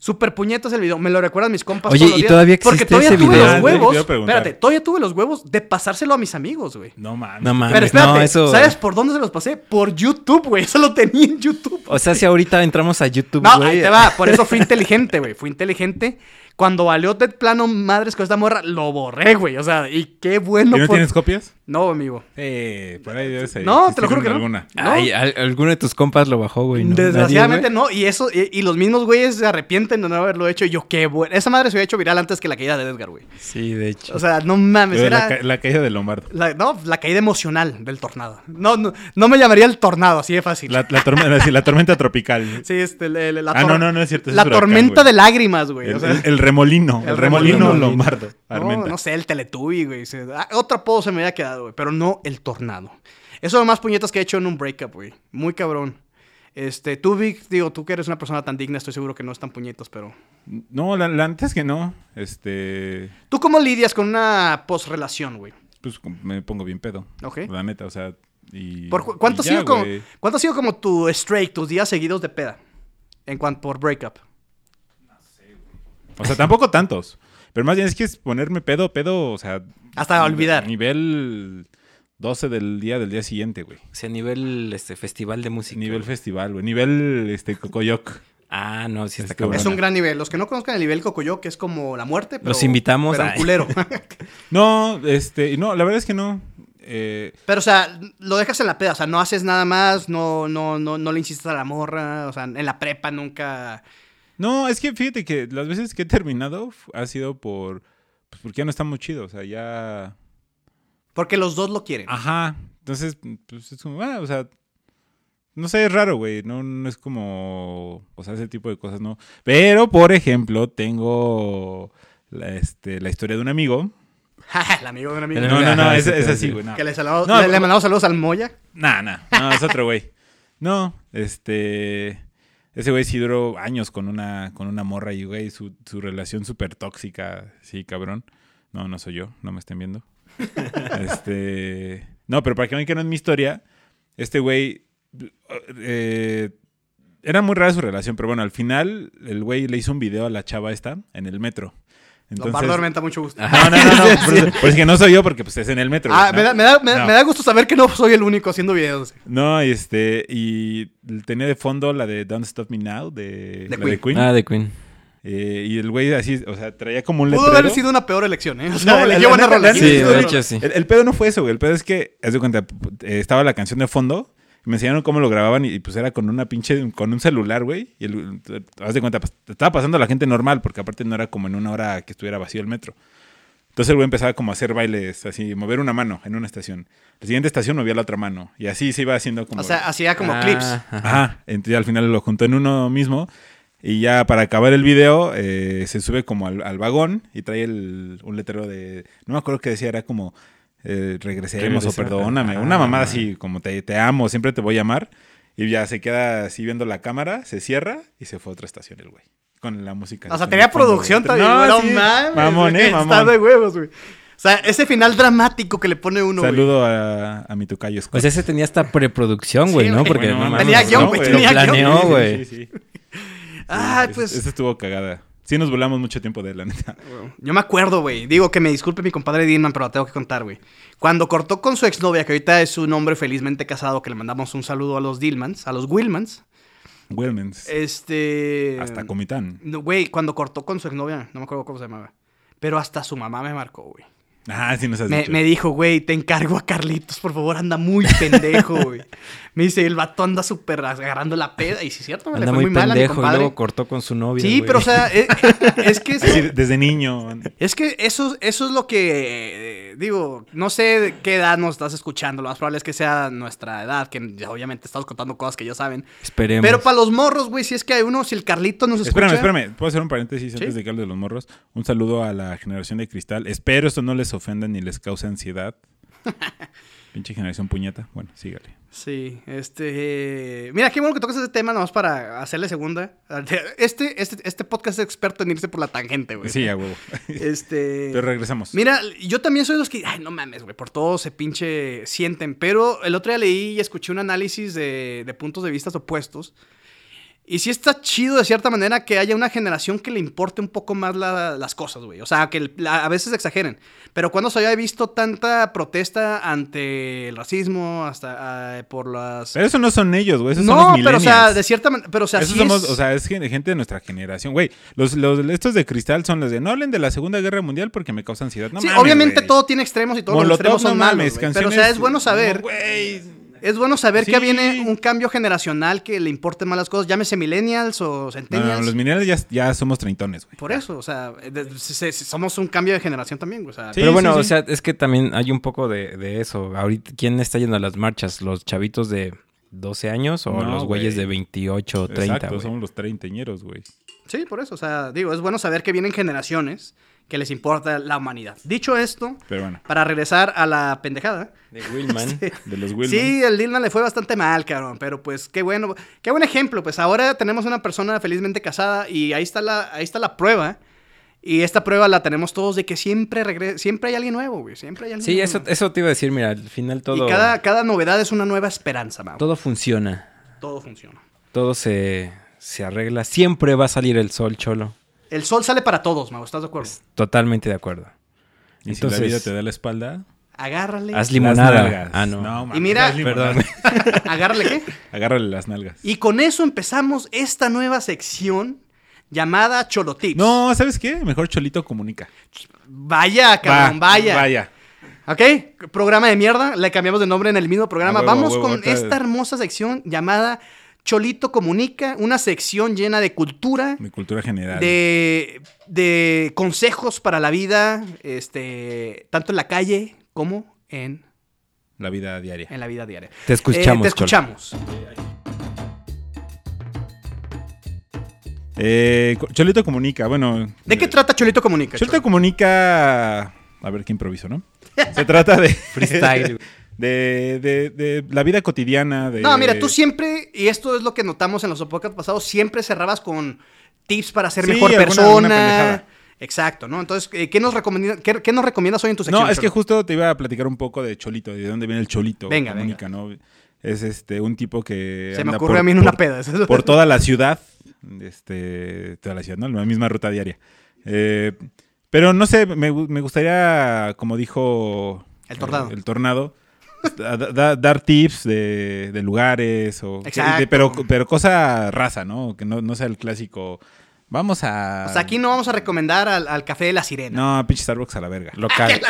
S1: Super puñetas el video. Me lo recuerdan mis compas.
S4: Oye,
S1: todos los
S4: ¿y
S1: días,
S4: todavía
S1: Porque
S4: existe
S1: todavía
S4: ese
S1: tuve
S4: video?
S2: Ah,
S1: los
S2: te iba
S1: huevos.
S2: a preguntar.
S1: Espérate, todavía tuve los huevos de pasárselo a mis amigos, güey.
S2: No mames.
S3: No mames.
S1: Pero espérate,
S4: no, eso-
S1: ¿sabes por dónde se los pasé? Por YouTube, güey. Eso lo tenía en YouTube.
S4: O sea, si ahorita entramos a YouTube,
S1: No,
S4: güey.
S1: ahí te va. Por eso fui inteligente, güey. Fui inteligente. Cuando valió de plano madres con esta morra, lo borré, güey. O sea, y qué bueno.
S2: ¿Y no
S1: por-
S2: tienes copias?
S1: No, amigo.
S2: Sí, por ahí debe ser.
S1: No, te
S2: Existieron
S1: lo juro que no.
S2: alguna.
S1: No.
S3: Ay, al- alguno de tus compas lo bajó, güey. ¿no?
S1: Desgraciadamente
S3: Nadie,
S1: no, y eso, y, y los mismos güeyes se arrepienten de no haberlo hecho. Y yo, qué bueno. Esa madre se hubiera hecho viral antes que la caída de Edgar, güey.
S3: güey. Sí, de hecho.
S1: O sea, no mames,
S2: Lo de
S1: era.
S2: La, ca- la caída de Lombardo.
S1: la- no, la caída emocional del tornado. No, no, no me llamaría el tornado, así de fácil.
S2: La, la tormenta, sí, la tormenta tropical.
S1: sí, este, el- el- la
S2: Ah,
S1: tor-
S2: no, no, no es cierto, es
S1: La
S2: huracán,
S1: tormenta
S2: güey.
S1: de lágrimas, güey.
S2: El,
S1: o sea,
S2: el- el remolino, el,
S1: el
S2: remolino,
S1: remolino.
S2: Lombardo. Armenta.
S1: no, no sé, el Teletubby, güey. se- ah, otro apodo se me había quedado, güey, pero no el tornado. Eso es lo más puñetas que he hecho en un breakup, güey. Muy cabrón. Este, tú, Vic, digo, tú que eres una persona tan digna, estoy seguro que no están puñetas, pero.
S2: No, la, la antes que no. Este.
S1: ¿Tú cómo lidias con una posrelación, güey?
S2: Pues com- me pongo bien pedo.
S1: Ok.
S2: La neta, o sea. Y,
S1: ¿Por cu- ¿cuánto,
S2: y
S1: ha
S2: ya,
S1: sido como,
S2: güey.
S1: ¿Cuánto ha sido como tu strike, tus días seguidos de peda? En cuanto por breakup.
S2: O sea, tampoco tantos. Pero más bien es que es ponerme pedo, pedo, o sea.
S1: Hasta olvidar.
S2: Nivel 12 del día del día siguiente, güey.
S3: O sea, nivel este, festival de música.
S2: nivel festival, güey. Nivel este Cocoyoc.
S3: Ah, no, sí
S2: Este,
S3: está cabrón.
S1: Es un gran nivel. Los que no conozcan el nivel Cocoyo, que es como la muerte, pero.
S3: Los invitamos
S1: pero
S3: a-
S1: en culero.
S2: No, este, no, la verdad es que no. Eh,
S1: pero, o sea, lo dejas en la peda. O sea, no haces nada más, no, no, no, no le insistes a la morra. O sea, en la prepa nunca.
S2: no, es que fíjate que las veces que he terminado f- ha sido por. Pues porque ya no está muy chido, o sea, ya.
S1: Porque los dos lo quieren.
S2: Ajá. Entonces, pues es como, ah, o sea. No sé, es raro, güey. No, no es como. O sea, ese tipo de cosas, no. Pero, por ejemplo, tengo la, este, la historia de un amigo.
S1: el amigo de un amigo.
S2: No, no, no,
S3: Ajá,
S2: es,
S3: ese te
S2: es
S3: iba a
S2: así,
S3: decir.
S2: güey. no.
S1: Que le, saludamos-
S2: No,
S1: le- le
S2: no.
S1: mandamos saludos al Moya.
S2: Nah, nah, no, es otro güey. No, este. Ese güey sí duró años con una, con una morra y, güey, su, su relación súper tóxica. Sí, cabrón. No, no soy yo, no me estén viendo. este. No, pero para que vean que no es mi historia, este güey. eh, era muy rara su relación, pero bueno, al final el güey le hizo un video a la chava esta en el metro.
S1: Lombardo
S2: Entonces.
S1: Armenta, mucho gusto.
S2: No, no, no, no. Por, eso- por eso que no soy yo porque pues es en el metro.
S1: Ah,
S2: güey, ¿no?
S1: me, da, me, da, me, da-
S2: No.
S1: me da gusto saber que no soy el único haciendo videos.
S2: No, y este, y tenía de fondo la de Don't Stop Me Now de,
S1: De
S2: la
S1: Queen.
S2: de Queen.
S3: Ah, de Queen.
S2: Eh, y el güey así, o sea, traía como un
S1: Pudo
S2: letrero.
S1: haber sido una peor elección, ¿eh? O sea,
S2: No,
S1: le
S2: la-
S1: llevan
S2: la
S1: a
S2: neta,
S1: Rolando.
S2: la
S3: Sí,
S2: neta,
S3: de
S2: no,
S3: hecho, sí.
S2: El, el pedo no fue eso, güey. El pedo es que, haz de cuenta, eh, estaba la canción de fondo. Me enseñaron cómo lo grababan y, y, pues era con una pinche, con un celular, güey. Y el- haz de cuenta, pues, estaba pasando a la gente normal, porque aparte no era como en una hora que estuviera vacío el metro. Entonces el güey empezaba como a hacer bailes, así, mover una mano en una estación. La siguiente estación movía la otra mano. Y así se iba haciendo como...
S1: O sea, hacía como
S3: Ah,
S1: clips.
S3: ajá.
S2: Ajá. Entonces al final lo juntó en uno mismo. Y ya para acabar el video, eh, se sube como al, al vagón y trae el- un letrero de. No me acuerdo qué decía, era como. eh, regresaremos o
S3: Regresa-
S2: perdóname.
S3: ah.
S2: una mamada así, como te, te amo, siempre te voy a amar. Y ya se queda así viendo la cámara, se cierra y se fue a otra estación el güey. Con la música.
S1: O sea, tenía producción también.
S2: No,
S1: güey, No,
S2: sí.
S1: mames.
S2: Mamón,
S1: güey,
S2: eh,
S1: está
S2: mamón.
S1: de huevos, güey. O sea, ese final dramático que le pone uno, güey.
S2: Saludo a, a mi tocayo Scott.
S3: O sea, Pues ese tenía hasta preproducción, güey,
S1: Sí,
S3: ¿no?
S1: güey.
S3: Porque
S2: Bueno,
S3: no
S2: mames,
S3: mames,
S1: tenía
S3: ¿no?
S1: guión, güey,
S3: Lo
S1: tenía guión.
S3: planeó,
S2: Sí,
S3: güey.
S2: sí, sí.
S1: Ah,
S2: Sí,
S1: pues.
S2: esa- esa estuvo cagada. Sí nos volamos mucho tiempo de él, la neta.
S1: Yo me acuerdo, güey. Digo que me disculpe mi compadre Dinman, pero la tengo que contar, güey. Cuando cortó con su exnovia, que ahorita es un hombre felizmente casado, que le mandamos un saludo a los Dillmans, a los Willmans.
S2: Wellmans.
S1: Este.
S2: hasta Comitán.
S1: No, Güey, cuando cortó con su exnovia, no me acuerdo cómo se llamaba. Pero hasta su mamá me marcó, güey.
S2: Ah, sí nos has
S1: Me,
S2: dicho.
S1: me dijo, güey, te encargo a Carlitos, por favor, anda muy pendejo, güey. Me dice, el vato anda súper agarrando la peda. Y sí, es cierto, me le
S3: Anda
S1: fue
S3: muy
S1: muy, mal a mi
S3: pendejo y
S1: compadre.
S3: luego cortó con su novia.
S1: Sí,
S3: güey.
S1: pero o sea, es, es que...
S2: Es decir, desde niño.
S1: Es que eso, eso es lo que, eh, digo, no sé de qué edad nos estás escuchando, lo más probable es que sea nuestra edad, que ya obviamente estamos contando cosas que ya saben.
S3: Esperemos.
S1: Pero para los morros, güey, si es que hay uno, si el Carlito nos escucha...
S2: Espérame, espérame. ¿Puedo hacer un paréntesis antes
S1: Sí.
S2: de que hable de los morros? Un saludo a la generación de cristal. Espero esto no les ofenda ni les cause ansiedad. Pinche generación puñeta. Bueno, sígale.
S1: Sí, este... eh, mira, qué bueno que tocas ese tema, nomás para hacerle segunda. Este, este, este podcast es experto en irse por la tangente, güey.
S2: Sí, a huevo.
S1: Este...
S2: Pero regresamos.
S1: Mira, yo también soy de los que, ay, no mames, güey, por todo se pinche sienten. Pero el otro día leí y escuché un análisis de, de puntos de vista opuestos. Y sí está chido de cierta manera que haya una generación que le importe un poco más la- las cosas, güey. O sea, que el- la- a veces exageren. Pero cuando se haya visto tanta protesta ante el racismo, hasta ah, por las...
S2: Pero eso no son ellos, güey. Esos son los
S1: no, pero o
S2: millennials.
S1: sea, de cierta manera... Pero o sea,
S2: Esos
S1: sí
S2: somos,
S1: es-
S2: o sea, es gen- gente de nuestra generación, güey. Los, los, estos de cristal son los de no hablen de la Segunda Guerra Mundial porque me causa ansiedad. No
S1: sí,
S2: mames,
S1: obviamente
S2: güey.
S1: todo tiene extremos y todos los
S2: Molotov,
S1: extremos son
S2: no mames,
S1: malos, güey. Pero o sea,
S2: canciones-
S1: es bueno saber...
S2: No, güey.
S1: Es bueno saber que
S2: Sí.
S1: viene un cambio generacional que le importe más las cosas, llámese millennials o
S2: No, no,
S1: centennials.
S2: no, los minerales ya, ya somos treintones, güey.
S1: Por eso, o sea, de- se- se- somos un cambio de generación también, güey, o sea,
S2: Sí,
S3: Pero bueno,
S2: sí,
S3: o
S2: sí.
S3: sea, es que también hay un poco de, de eso. Ahorita, ¿quién está yendo a las marchas? ¿Los chavitos de 12 años o
S2: No,
S3: los güeyes
S2: güey.
S3: de 28 o 30?
S2: Exacto,
S3: güey?
S2: somos los treintañeros, güey.
S1: sí, por eso, o sea, digo, es bueno saber que vienen generaciones que les importa la humanidad. Dicho esto,
S2: Pero bueno,
S1: para regresar a la pendejada.
S3: De Willman.
S2: de los Willman.
S1: Sí, el Dilma le fue bastante mal, cabrón, pero pues qué bueno, qué buen ejemplo, pues ahora tenemos una persona felizmente casada y ahí está la ahí está la prueba. Y esta prueba la tenemos todos de que siempre regre- siempre hay alguien nuevo, güey, siempre hay alguien
S3: Sí,
S1: nuevo.
S3: eso, eso te iba a decir, mira, al final todo,
S1: Y cada, cada novedad es una nueva esperanza, Mau. Todo,
S3: todo funciona.
S1: funciona.
S3: Todo se, se arregla. Siempre va a salir el sol, cholo.
S1: El sol sale para todos, Mau, ¿estás de acuerdo?
S3: Totalmente de acuerdo.
S2: Y si
S3: Entonces-
S2: la vida te da la espalda,
S1: Agárrale.
S3: Haz
S2: las
S3: limonada.
S2: nalgas.
S3: Ah, no.
S2: mames,
S1: mira-
S2: haz limonada.
S3: Perdón.
S1: Agárrale qué.
S2: Agárrale las nalgas.
S1: Y con eso empezamos esta nueva sección llamada Cholotips.
S2: No, ¿sabes qué? Mejor Cholito comunica.
S1: Vaya, cabrón,
S2: Va,
S1: vaya.
S2: Vaya.
S1: Ok, programa de mierda, le cambiamos de nombre en el mismo programa.
S2: A huevo, a
S1: Vamos
S2: huevo,
S1: con
S2: ahorita-
S1: esta hermosa sección llamada Cholito Comunica, una sección llena de cultura,
S2: Mi cultura general.
S1: de, de consejos para la vida, este, tanto en la calle como en,
S2: La vida diaria.
S1: en la vida diaria.
S3: Te escuchamos.
S1: Eh, te escuchamos.
S2: Eh, co- Cholito comunica, bueno.
S1: ¿De qué
S2: eh,
S1: trata Cholito Comunica?
S2: Cholito
S1: Cholo?
S2: comunica. A ver qué improviso, ¿no? Se trata de.
S3: Freestyle, güey.
S2: De, de, de la vida cotidiana. De,
S1: No, mira, tú siempre, y esto es lo que notamos en los podcasts pasados, siempre cerrabas con tips para ser
S2: Sí,
S1: mejor
S2: alguna- alguna
S1: persona.
S2: pendejada.
S1: Exacto, ¿no? Entonces, eh, ¿qué nos, recomienda- qué, qué nos recomiendas hoy en tu sección?
S2: No, es que
S1: Cholo?
S2: justo te iba a platicar un poco de Cholito, de dónde viene el Cholito.
S1: Venga,
S2: comunica, ¿no? Es este un tipo que.
S1: se me
S2: anda
S1: ocurrió
S2: por-
S1: a mí en una
S2: por-
S1: peda. eso es lo-
S2: por toda la ciudad. Este, toda la ciudad, ¿no? La misma ruta diaria. Eh, pero no sé, me, gu- me gustaría, como dijo.
S1: El Tornado.
S2: eh, El tornado. da- da- dar tips de, de lugares o
S1: Exacto.
S2: de- pero pero cosa raza no que no, no sea el clásico Vamos a.
S1: O sea, aquí no vamos a recomendar al, al café de la sirena.
S2: No, pinche Starbucks a la verga.
S1: Ah,
S3: Local.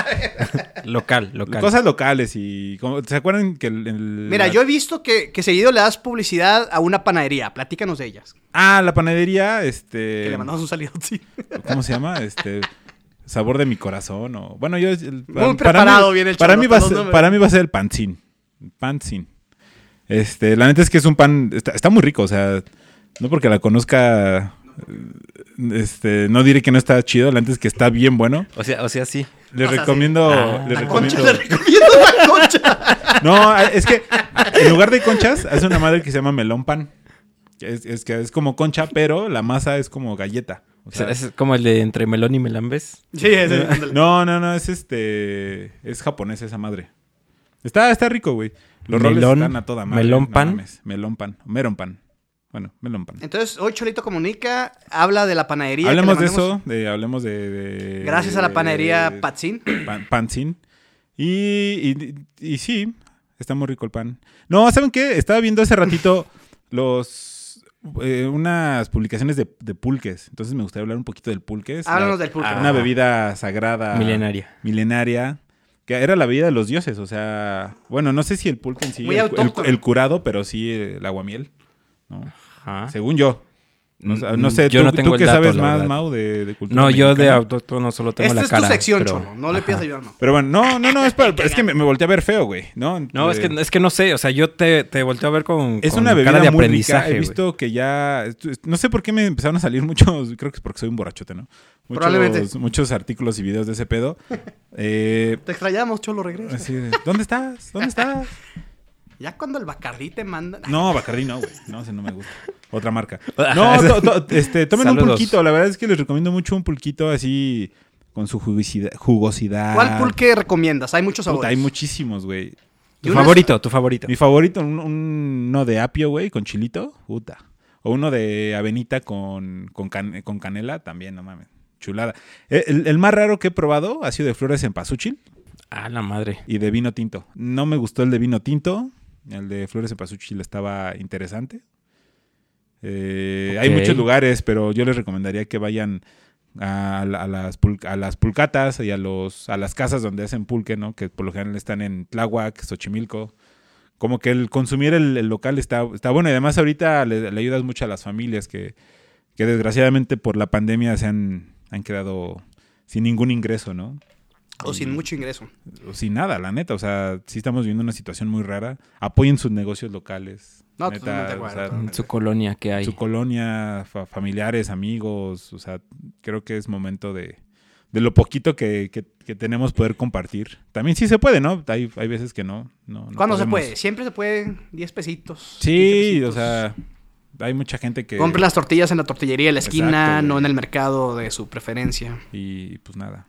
S3: local, local.
S2: Cosas locales y. como- ¿Se acuerdan que el. el-
S1: Mira,
S2: la-
S1: yo he visto que, que seguido le das publicidad a una panadería. Platícanos de ellas.
S2: Ah, la panadería, este.
S1: Que le mandamos un saludo, sí.
S2: ¿Cómo se llama? Este. Sabor de mi corazón. O, bueno, yo. el-
S1: Muy preparado
S2: mí,
S1: viene el
S2: para mí,
S1: chavo,
S2: va a
S1: perdón,
S2: ser,
S1: no me-
S2: para mí va a ser el pancín. Pancín. Este, la neta es que es un pan. Está, está muy rico, o sea. No porque la conozca. Este, no diré que no está chido, la neta es que está bien bueno.
S3: O sea, o sea, sí.
S2: Les
S1: O sea, sí.
S2: recomiendo.
S3: Ah.
S2: les
S1: La
S2: recomiendo.
S1: concha, le recomiendo la concha.
S2: No, es que en lugar de conchas, hace una madre que se llama melón pan. Que Es, es que es como concha, pero la masa es como galleta. O
S3: O sea,
S2: sea,
S3: es como el de entre melón y melambes.
S1: Sí, es, es- ándale.
S2: No, no, no, es este. Es japonés esa madre. Está, está rico, güey. Los
S3: Melón-
S2: roles están a toda madre.
S3: melón
S2: no
S3: pan.
S2: mames. melón pan. Meron pan. Bueno, melón pan.
S1: Entonces, hoy Cholito Comunica habla de la panadería. que
S2: Hablemos
S1: le
S2: de
S1: mandamos
S2: eso, de, hablemos de, de-
S1: Gracias a la panadería
S2: de-
S1: Patzin.
S2: pan, pancín. Y, y, y sí, está muy rico el pan. No, ¿saben qué? Estaba viendo hace ratito los eh, unas publicaciones de, de pulques. Entonces me gustaría hablar un poquito del pulque. Es la-
S1: Háblanos del pulque.
S3: Ah,
S2: Una bebida sagrada.
S3: Milenaria.
S2: Milenaria. Que era la bebida de los dioses. O sea, bueno, no sé si el pulque en sí,
S1: Muy
S2: el, el-
S1: autóctono.
S2: el curado, pero sí eh, el aguamiel. ¿no?
S3: Ajá. Mm,
S2: Según yo. No, sé- no sé,
S3: Yo
S2: tú,
S3: no
S2: tú
S3: tengo el
S2: que
S3: dato,
S2: sabes
S3: la
S2: más,
S3: verdad.
S2: Mau, de, de cultura
S3: No, yo de
S2: mexicana.
S3: autóctono solo tengo
S1: Esta
S3: la
S1: es
S3: cara.
S1: tu sección,
S3: pero-
S1: Cholo. No le pidas ayuda, no.
S2: Pero bueno, no, no, no, es, para- es que me, me volteé a ver feo, güey. No,
S3: No,
S2: Eh,
S3: es que, es que no sé. O sea, yo te, te volteo a ver con,
S2: es
S3: con
S2: una bebida
S3: cara de
S2: muy
S3: aprendizaje.
S2: rica. He
S3: güey.
S2: visto que ya... No sé por qué me empezaron a salir muchos... Creo que es porque soy un borrachote, ¿no? Muchos,
S1: Probablemente.
S2: Muchos artículos y videos de ese pedo. Eh,
S1: Te extrañamos, Cholo, regresa.
S2: así de, ¿Dónde estás? ¿Dónde estás?
S1: Ya cuando el Bacardí te manda...
S2: No, Bacardí no, güey. No, ese no me gusta. Otra marca. No, to- to- este, tomen un
S3: Saludos.
S2: pulquito. La verdad es que les recomiendo mucho un pulquito así... Con su jugosidad. jugosidad.
S1: ¿Cuál pulque recomiendas? Hay muchos
S2: Ah. Puta,
S1: sabores.
S2: hay muchísimos, güey.
S1: Y
S3: Tu
S1: unas-
S3: favorito, tu favorito.
S2: Mi favorito, un- un- uno de apio, güey, con chilito, puta. O uno de avenita con, con, can- con canela, también, no mames. Chulada. Eh, El, el más raro que he probado ha sido de flores en pasuchil
S3: Ah, la madre.
S2: y de vino tinto. No me gustó el de vino tinto. El de flores en pasuchil estaba interesante. Eh, Hay
S3: Ok.
S2: muchos lugares, pero yo les recomendaría que vayan a, la- a las, pul- a las pulcatas y a, los, a las casas donde hacen pulque, ¿no? Que por lo general están en Tláhuac, Xochimilco. Como que el consumir el, el local está, está bueno. Y además ahorita le, le ayudas mucho a las familias que, que desgraciadamente por la pandemia se han, han quedado sin ningún ingreso, ¿no?
S1: O sin mucho ingreso.
S2: o sin nada, la neta. O sea, sí estamos viviendo una situación muy rara. Apoyen sus negocios locales.
S1: No,
S2: neta,
S1: totalmente de acuerdo,
S2: o sea,
S3: En su colonia que hay.
S2: su colonia, fa- familiares, amigos. O sea, creo que es momento de, de lo poquito que, que- que tenemos poder compartir. También sí se puede, ¿no? Hay, hay veces que no. no, no
S1: ¿Cuándo se
S2: podemos.
S1: puede? Siempre se puede. 10 pesitos. 15
S2: Sí,
S1: pesitos.
S2: o sea, hay mucha gente que...
S1: Compre las tortillas en la tortillería de la esquina,
S2: Exacto, güey.
S1: no en el mercado de su preferencia.
S2: Y pues nada.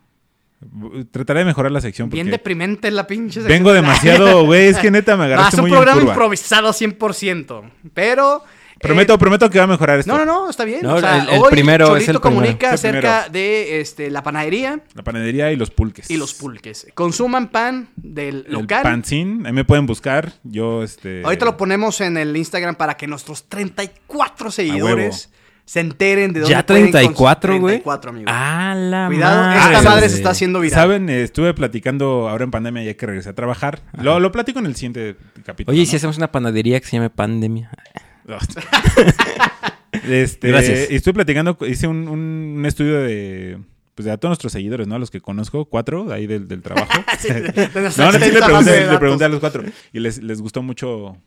S2: Bu- Trataré de mejorar la sección
S1: Bien
S2: porque
S1: deprimente la pinche. sección.
S2: vengo demasiado, güey. Es que neta me
S1: Va a
S2: agarraste
S1: ser Ah, un
S2: muy en
S1: programa
S2: curva.
S1: improvisado 100%. Pero. eh,
S2: Prometo, prometo que va a mejorar esto.
S1: no, no, no, está bien.
S3: No,
S1: o sea,
S3: el- el
S1: hoy
S3: primero es
S1: Cholito
S3: el primero.
S1: comunica
S2: Es el
S1: acerca de este, la panadería
S2: La panadería y los pulques.
S1: y los pulques. Consuman pan del
S2: El
S1: local.
S2: pancín, ahí me pueden buscar. Yo, este.
S1: Ahorita lo ponemos en el Instagram para que nuestros 34 seguidores se enteren de dónde
S3: ya
S1: pueden cons-
S3: 34, güey.
S1: 34, amigo.
S3: Ah, la
S1: Cuidado,
S3: madre.
S1: esta madre se está haciendo viral.
S2: Saben, Eh, estuve platicando ahora en pandemia ya que regresé a trabajar. Lo, lo platico en el siguiente capítulo.
S3: Oye, ¿y
S2: ¿no?
S3: si hacemos una panadería que se llame Pandemia?
S2: Este,
S3: Gracias.
S2: Y estuve platicando, hice un, un estudio de. Pues de a todos nuestros seguidores, ¿no? A los que conozco, cuatro, de ahí del, del trabajo.
S1: Sí, de nuestra
S2: no, no, sí le
S1: extensa base de
S2: pregunté, le
S1: datos.
S2: pregunté a los cuatro. Y les, les gustó mucho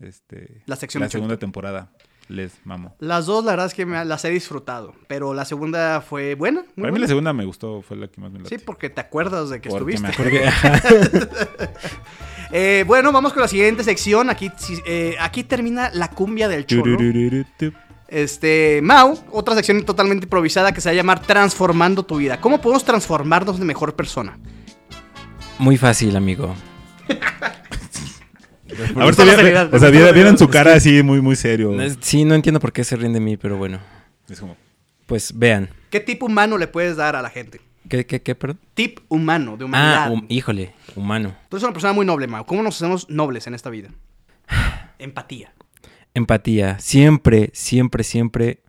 S2: este,
S1: La sección de
S2: segunda temporada. Les mamo.
S1: Las dos, la verdad es que me- las he disfrutado, pero la segunda fue buena. muy
S2: Para mí
S1: buena.
S2: la segunda me gustó, fue la que más me latió.
S1: Sí, porque te acuerdas de que
S2: Porque me
S1: estuviste.
S2: acuerdo que-
S1: Eh, bueno, vamos con la siguiente sección. Aquí, sí, eh, aquí termina la cumbia del cholo.
S2: Chururururu.
S1: Este, Mau, otra sección totalmente improvisada que se va a llamar Transformando tu vida. ¿Cómo podemos transformarnos de mejor persona?
S3: Muy fácil, amigo.
S2: Ahorita
S1: la
S2: vi-
S1: seriedad,
S2: o sea,
S1: me
S2: vi-
S1: gusta la
S2: vieron su
S1: seriedad.
S2: cara así muy, muy serio.
S3: Es- Eh, Sí, no entiendo por qué se ríen de mí, pero bueno.
S2: Es como,
S3: Pues vean.
S1: ¿Qué tip humano le puedes dar a la gente?
S3: ¿Qué, qué, qué, perdón?
S1: Tip humano, de humanidad.
S3: Ah,
S2: um,
S3: hum- híjole, humano.
S1: Tú eres una persona muy noble, Mau. ¿Cómo nos hacemos nobles en esta vida? Empatía.
S3: Empatía. Siempre, siempre, siempre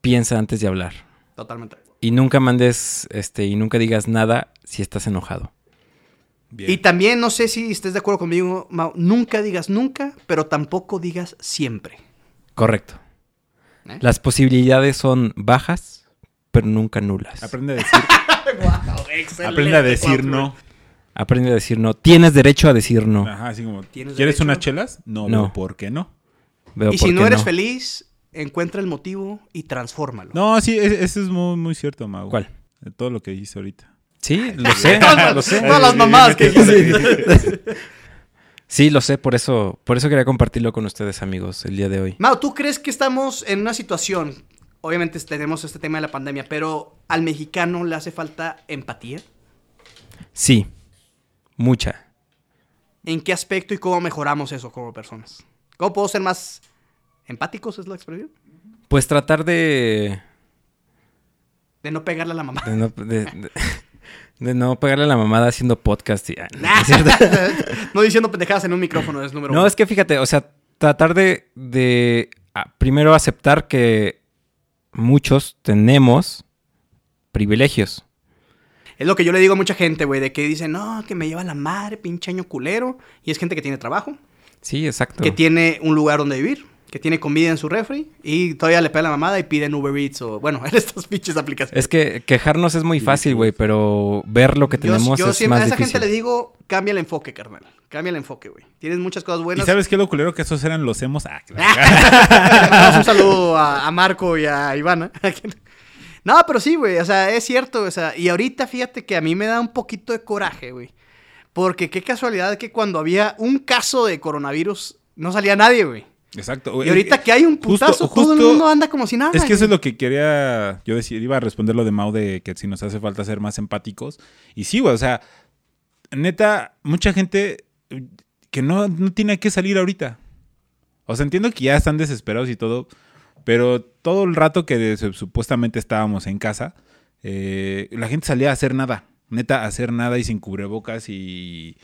S3: piensa antes de hablar.
S1: Totalmente.
S3: Y nunca mandes, este, y nunca digas nada si estás enojado.
S2: Bien.
S1: Y también, no sé si estés de acuerdo conmigo, Mau, nunca digas nunca, pero tampoco digas siempre.
S3: Correcto.
S1: ¿Eh?
S3: Las posibilidades son bajas, pero nunca nulas.
S2: Aprende a decir, aprende a decir no.
S3: Aprende a decir no. Tienes derecho a decir no.
S1: Ah.
S2: Ajá, así como,
S1: ¿Tienes
S2: ¿quieres
S1: derecho?
S2: unas chelas? No,
S3: No.
S2: no. ¿por qué no?
S3: Veo
S1: Y
S3: por
S1: si no
S3: qué
S1: eres feliz, encuentra el motivo y transfórmalo.
S2: No, sí, es- eso es muy, muy cierto, Mau.
S3: ¿Cuál?
S2: De todo lo que dijiste ahorita.
S3: Sí, lo sé.
S1: Todas,
S3: lo sé.
S1: todas las mamadas que
S3: Sí, lo sé, por eso, por eso quería compartirlo con ustedes, amigos, el día de hoy.
S1: Mau, ¿tú crees que estamos en una situación? Obviamente tenemos este tema de la pandemia, pero al mexicano le hace falta empatía.
S3: Sí, mucha.
S1: ¿En qué aspecto y cómo mejoramos eso como personas? ¿Cómo puedo ser más empáticos? ¿Es la expresión?
S3: Pues tratar de.
S1: De no pegarle a la mamá.
S3: de no, de- de- de no pegarle a la mamada haciendo podcast. y- ah, no,
S1: Nah.
S3: es cierto.
S1: no diciendo pendejadas en un micrófono, es número
S3: No,
S1: uno.
S3: es que fíjate, o sea, tratar de, de, ah, primero aceptar que muchos tenemos privilegios.
S1: Es lo que yo le digo a mucha gente, güey, de que dicen, no, que me lleva la madre, pinche año culero. Y es gente que tiene trabajo,
S3: Sí, exacto.
S1: que tiene un lugar donde vivir, que tiene comida en su refri y todavía le pega la mamada y piden Uber Eats o, bueno, en estas pinches aplicaciones.
S3: Es que quejarnos es muy fácil, güey, pero ver lo que
S1: Yo-
S3: tenemos
S1: yo,
S3: es
S1: siempre
S3: más
S1: a esa
S3: difícil.
S1: gente le digo, cambia el enfoque, carnal. Cambia el enfoque, güey. Tienes muchas cosas
S2: ¿Y
S1: buenas.
S2: sabes qué lo culero que esos eran los hemos? Ah, claro.
S1: Le mandamos un saludo a, a Marco y a Ivana. no, pero sí, güey. O sea, es cierto. O sea, y ahorita fíjate que a mí me da un poquito de coraje, güey. Porque qué casualidad que cuando había un caso de coronavirus no salía nadie, güey.
S2: Exacto.
S1: Y
S2: güey. eh,
S1: ahorita que hay un
S2: Justo-
S1: putazo, todo el
S2: justo-
S1: mundo anda como si nada.
S2: Es que
S1: güey.
S2: eso es lo que quería yo decir. Iba a responder lo de Mau de que si nos hace falta ser más empáticos. Y sí, güey, o sea, neta, mucha gente eh, que no, no tiene que salir ahorita. O sea, entiendo que ya están desesperados y todo, pero todo el rato que su- supuestamente estábamos en casa, eh, la gente salía a hacer nada. Neta, a hacer nada y sin cubrebocas y...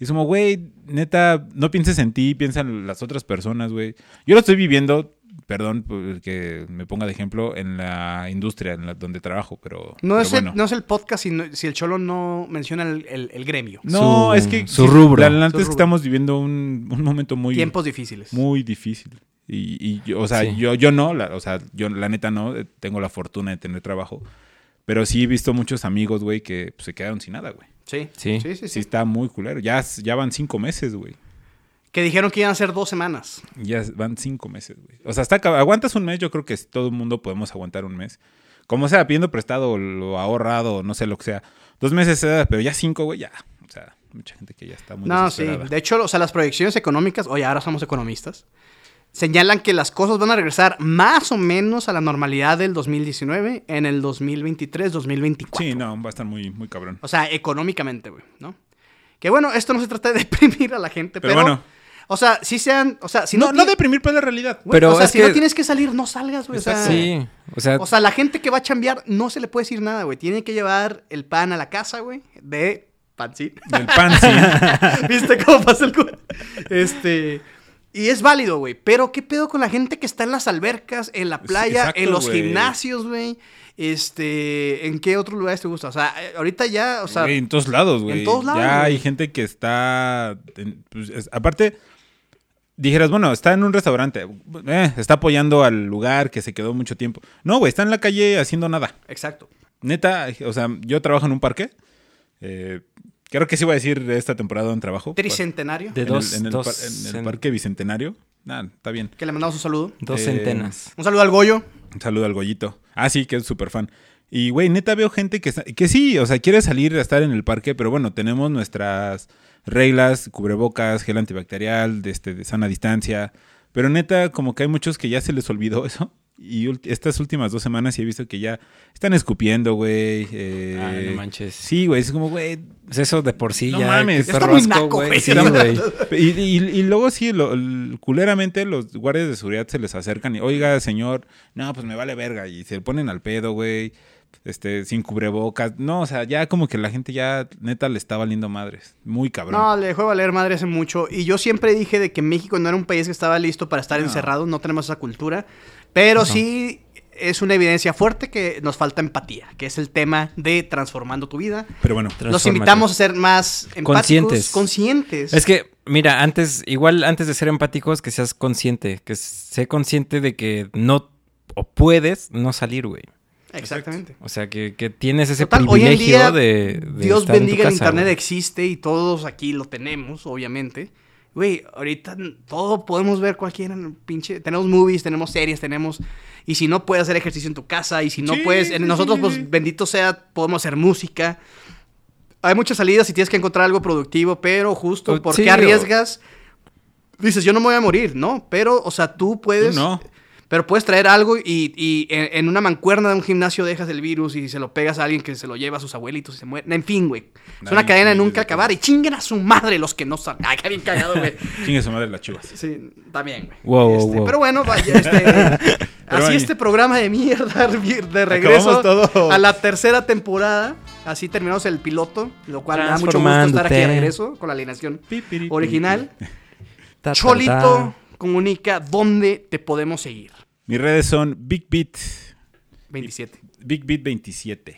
S2: Y es como, güey, neta, no pienses en ti, piensa en las otras personas, güey. Yo lo estoy viviendo, perdón por que me ponga de ejemplo, en la industria en la, donde trabajo, pero.
S1: No,
S2: pero
S1: es
S2: bueno.
S1: el, no es el podcast si, no- si el cholo no menciona el, el- el gremio.
S2: No,
S3: Su-
S2: es que.
S3: su rubro.
S2: La adelante
S1: Su
S2: es que
S1: rubro.
S2: estamos viviendo un, un momento muy.
S1: Tiempos difíciles.
S2: Muy difícil. Y, y yo- o sea,
S3: Sí.
S2: yo, yo no, la- o sea, yo la neta no, eh, tengo la fortuna de tener trabajo. Pero sí he visto muchos amigos, güey, que pues, se quedaron sin nada, güey.
S1: Sí.
S3: Sí.
S1: Sí, sí,
S2: Sí,
S1: sí.
S2: está muy culero. Ya, ya van cinco meses, güey.
S1: Que dijeron que iban a ser dos semanas.
S2: Ya van cinco meses, güey. O sea, hasta aguantas un mes, yo creo que todo el mundo podemos aguantar un mes. Como sea, pidiendo prestado o lo ahorrado, o no sé lo que sea. Dos meses, eh, pero ya cinco, güey, ya. O sea, mucha gente que ya está muy
S1: No, sí.
S2: desesperada.
S1: De hecho, o sea, las proyecciones económicas, oye, ahora somos economistas, señalan que las cosas van a regresar más o menos a la normalidad del 2019 en el 2023, 2024.
S2: Sí, no, va a estar muy, muy cabrón.
S1: O sea, económicamente, güey, ¿no? Que bueno, esto no se trata de deprimir a la gente, pero,
S2: Pero bueno.
S1: O sea, si sean, o sea, si no,
S2: no, no
S1: ti-
S2: deprimir, pero es la realidad.
S1: güey,
S3: Pero
S1: o sea,
S3: es
S1: si
S3: que-
S1: no tienes que salir, no salgas, güey. O sea,
S3: Sí, o sea,
S1: o sea, la gente que va a chambear no se le puede decir nada, güey. Tiene que llevar el pan a la casa, güey, de pancito.
S2: Del pan, sí.
S1: ¿Viste cómo pasa el culo? Este. Y es válido, güey. Pero qué pedo con la gente que está en las albercas, en la playa,
S2: exacto,
S1: en los
S2: güey.
S1: gimnasios, güey. Este. ¿En qué otros lugares te gusta? O sea, eh, ahorita ya, o sea.
S2: Güey, en todos lados, güey.
S1: en todos lados,
S2: Ya
S1: güey.
S2: hay gente que está. en- pues, es- aparte, dijeras, bueno, está en un restaurante. eh, está apoyando al lugar que se quedó mucho tiempo. No, güey, está en la calle haciendo nada.
S1: Exacto.
S2: Neta, o sea, yo trabajo en un parque. Eh, creo que sí voy a decir esta temporada en trabajo. Pues,
S1: Tricentenario.
S3: De-
S2: En el-
S3: dos-
S2: en el,
S3: dos
S2: par- en el
S3: cen-
S2: parque bicentenario. Nah, está bien.
S1: Que le mandamos un saludo.
S3: dos
S2: eh,
S3: centenas.
S1: Un saludo al Goyo.
S2: Un saludo al Goyito. Ah, sí, que es súper fan. Y, güey, neta veo gente que, está- que sí, o sea, quiere salir a estar en el parque, pero bueno, tenemos nuestras reglas, cubrebocas, gel antibacterial, de, este, de sana distancia. Pero neta, como que hay muchos que ya se les olvidó eso. Y ult- estas últimas dos semanas sí he visto que ya están escupiendo, güey. eh,
S3: Ay, Ah, no manches.
S2: Sí, güey, es como, güey.
S3: Pues eso de por sí
S2: No
S3: ya.
S2: mames.
S3: qué
S1: Está muy
S3: rasco,
S1: naco, güey.
S3: Sí, güey.
S2: Y, y- y luego sí, lo- l- culeramente los guardias de seguridad se les acercan y, oiga, señor, no, pues me vale verga. Y se ponen al pedo, güey. Este, sin cubrebocas. No, o sea, ya como que la gente ya neta le está valiendo madres. Muy cabrón.
S1: No, le dejó de valer madre hace mucho. Y yo siempre dije de que México no era un país que estaba listo para estar encerrado. No tenemos esa cultura. Pero sí. es una evidencia fuerte que nos falta empatía, que es el tema de transformando tu vida.
S2: Pero bueno,
S1: Los invitamos a ser más empáticos, conscientes.
S3: Conscientes. Es que, mira, antes, igual antes de ser empáticos, que seas consciente, que sé consciente de que no o puedes no salir, güey.
S1: Exactamente.
S3: O sea, que, que tienes ese
S1: Total, hoy en
S3: privilegio
S1: día,
S3: de, de
S1: Dios
S3: estar en tu
S1: bendiga el
S3: casa,
S1: internet
S3: güey.
S1: existe y todos aquí lo tenemos, obviamente. Güey, ahorita n- todo podemos ver cualquier pinche, tenemos movies, tenemos series, tenemos y si no puedes hacer ejercicio en tu casa y si no
S2: Sí,
S1: puedes,
S2: sí,
S1: en-
S2: sí,
S1: nosotros
S2: sí, sí.
S1: pues bendito sea, podemos hacer música. Hay muchas salidas y tienes que encontrar algo productivo, pero justo
S3: Oh,
S1: ¿por
S3: sí,
S1: qué
S3: o-
S1: arriesgas? Dices, yo no me voy a morir, ¿no? Pero, o sea, tú puedes...
S2: tú no.
S1: Pero puedes traer algo y, y en, en una mancuerna de un gimnasio dejas el virus y se lo pegas a alguien que se lo lleva a sus abuelitos y se mueren. En fin, güey. Es una cadena
S2: Nadie
S1: de
S2: entiende
S1: nunca
S2: de todo.
S1: acabar y chinguen a su madre los que no saben. Ay, qué bien cagado, güey.
S2: Chingue su madre las chivas.
S1: Sí, también, güey.
S3: Wow,
S1: Este,
S3: wow.
S1: Pero bueno, vaya, este, así
S2: bueno.
S1: este programa de mierda de regreso
S2: Acabamos todo.
S1: a la tercera temporada. Así terminamos el piloto, lo cual me da mucho gusto estar aquí
S3: Transformándote.
S1: de regreso con la alineación
S2: Pipiri,
S1: original.
S3: Ta, ta,
S1: Cholito
S3: ta.
S1: comunica dónde te podemos seguir.
S2: Mis redes son Big Beat,
S1: 27.
S2: Big Beat 27.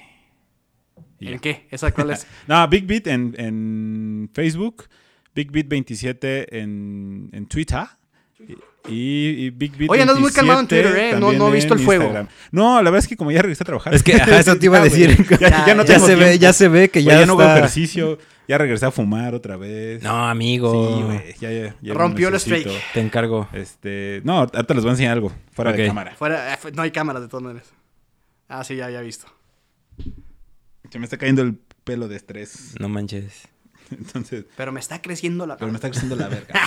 S2: Y ya.
S1: ¿En qué? ¿Esa cuál es?
S2: No, Big Beat en, en Facebook, Big Beat 27 en, en Twitter. Y, y Big Beat
S1: Oye, andas muy calmado en
S2: 27
S1: Twitter, ¿eh? No-
S2: también
S1: no he visto
S2: en
S1: el fuego.
S2: Instagram. No, la verdad es que como ya regresé a trabajar.
S4: Es que, ajá, eso te iba a
S2: güey,
S4: decir.
S2: Ya, ya
S1: Ya,
S2: no
S4: Ya
S2: tengo
S4: se ve,
S2: tiempo.
S4: ya se ve que
S2: Güey,
S4: ya,
S2: ya, no hago
S4: está-
S2: ejercicio, ya regresé a fumar otra vez.
S3: No,
S2: Sí,
S3: amigo.
S2: güey, ya, ya- ya no
S1: Rompió el
S2: necesito.
S1: streak.
S3: te encargo.
S2: Este, no, ahorita les voy a enseñar algo fuera de
S3: Ok.
S2: cámara.
S1: Fuera, eh, fu- no hay cámaras de todas maneras. Ah, sí, ya había visto.
S2: Se me está cayendo el pelo de estrés.
S3: No manches.
S2: Entonces,
S1: Pero me está creciendo la
S2: pero me está creciendo la verga.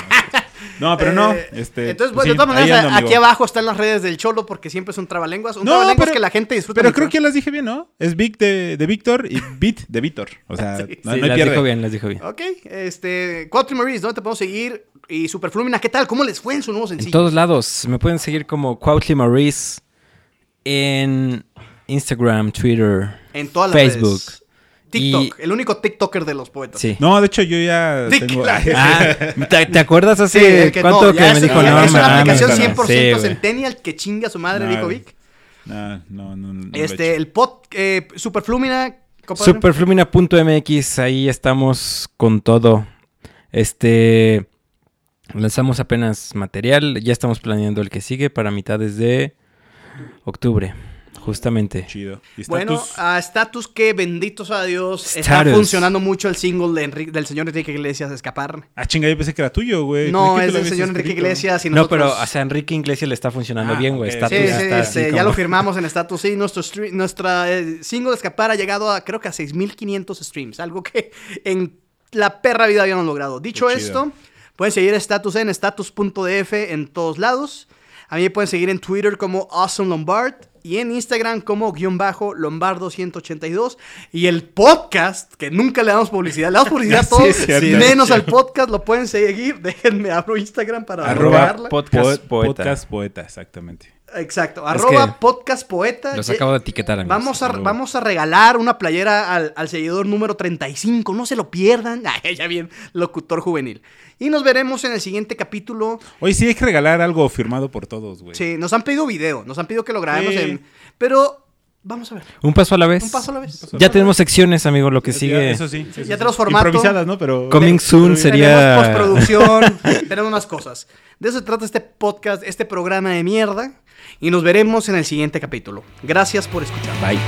S2: No, No, pero no.
S1: Eh,
S2: Este,
S1: entonces,
S2: pues
S1: bueno, de
S2: sí,
S1: todas
S2: ahí
S1: maneras,
S2: ando,
S1: aquí
S2: amigo.
S1: abajo están las redes del Cholo porque siempre es un trabalenguas. Un
S2: No,
S1: trabalenguas
S2: pero-
S1: que la gente disfruta.
S2: Pero
S1: mucho,
S2: creo
S1: ¿no?
S2: que las dije bien, ¿no? Es Big de, de Víctor y Beat de Víctor. O sea, no,
S3: Sí,
S2: no hay
S3: las
S2: pierde.
S3: dijo bien, las dijo bien.
S1: Ok, este. Cuatro y Maurice, ¿dónde te podemos seguir? Y Superflumina, ¿qué tal? ¿Cómo les fue en su nuevo
S3: En
S1: sencillo?
S3: todos lados. Me pueden seguir como Cuautli Maurice en Instagram, Twitter.
S1: En todas las
S3: Facebook.
S1: redes. TikTok, el único TikToker de los poetas.
S3: Sí.
S2: No, de hecho, yo ya
S1: Dick,
S2: tengo.
S1: la-
S3: Ah, ¿te, te acuerdas
S1: Sí,
S3: hace
S1: el que
S3: cuánto
S1: no,
S3: que
S1: ya
S3: me
S1: es-
S3: dijo
S1: ya
S3: no?
S1: Es una
S3: mames,
S1: aplicación
S3: no,
S1: 100%
S3: sí, güey.
S1: centennial que chinga a su madre,
S2: No,
S1: dijo
S2: güey.
S1: Vic.
S2: No, no, no. no lo he
S1: Este,
S2: hecho.
S1: el pod, eh, Superflumina, compadre.
S3: Superflumina.mx, ahí estamos con todo. Este. Lanzamos apenas material, ya estamos planeando el que sigue para mitades de octubre, justamente.
S2: Chido. ¿Y
S1: Bueno, ah.
S2: status?
S1: a Status que bendito sea Dios, está
S3: Status.
S1: funcionando mucho el single de Enri- del señor Enrique Iglesias, Escapar.
S2: Ah, chinga, yo pensé que era tuyo, güey.
S1: No,
S2: Creí
S1: es
S2: que tú lo
S1: del
S2: habías
S1: señor Enrique
S2: escrito.
S1: Iglesias y
S3: No,
S1: nosotros...
S3: pero o sea, Enrique Iglesias le está funcionando
S2: Ah,
S3: bien, güey.
S2: ok.
S3: Está-
S1: Sí,
S2: Status
S1: sí,
S3: está
S1: este,
S3: así
S1: ya
S3: como-
S1: lo firmamos en Status, sí, nuestro stre- nuestra eh, single de Escapar ha llegado a creo que a 6.500 streams, algo que en la perra vida habíamos logrado. Dicho
S2: Qué chido.
S1: esto, pueden seguir Status en status.df en todos lados. A mí me pueden seguir en Twitter como Awesome Lombard y en Instagram como guión bajo Lombardo182. Y el podcast, que nunca le damos publicidad, le damos publicidad a
S2: Sí,
S1: todos,
S2: es cierto.
S1: menos al podcast, lo pueden seguir. Déjenme, abro Instagram para
S2: Arroba
S1: recordarla.
S2: podcast
S3: Podcast
S2: poeta.
S3: Poeta.
S2: Podcast poeta, exactamente.
S1: Exacto,
S3: Es
S1: arroba
S3: que
S1: podcast poeta.
S3: Los
S1: Ye-
S3: acabo de etiquetar, amigos.
S1: Vamos a,
S2: Arroba.
S1: vamos a regalar una playera al, al seguidor número 35. No se lo pierdan. Ay, ya bien, locutor juvenil. Y nos veremos en el siguiente capítulo.
S2: Hoy sí hay que regalar algo firmado por todos, güey.
S1: Sí, nos han pedido video. Nos han pedido que lo grabemos
S2: Sí.
S1: en... Pero vamos a ver.
S3: Un paso a la vez.
S1: Un paso a la vez.
S3: Pues, Ya tenemos secciones, amigo, lo que
S2: Ya-
S3: sigue.
S2: Eso sí. eso
S1: ya
S2: sí.
S1: tenemos formato.
S2: Improvisadas, ¿no? Pero.
S3: Coming soon
S2: pero-
S3: sería-
S1: Tenemos postproducción. tenemos más cosas. De eso se trata este podcast, este programa de mierda. Y nos veremos en el siguiente capítulo. Gracias por escuchar.
S3: Bye.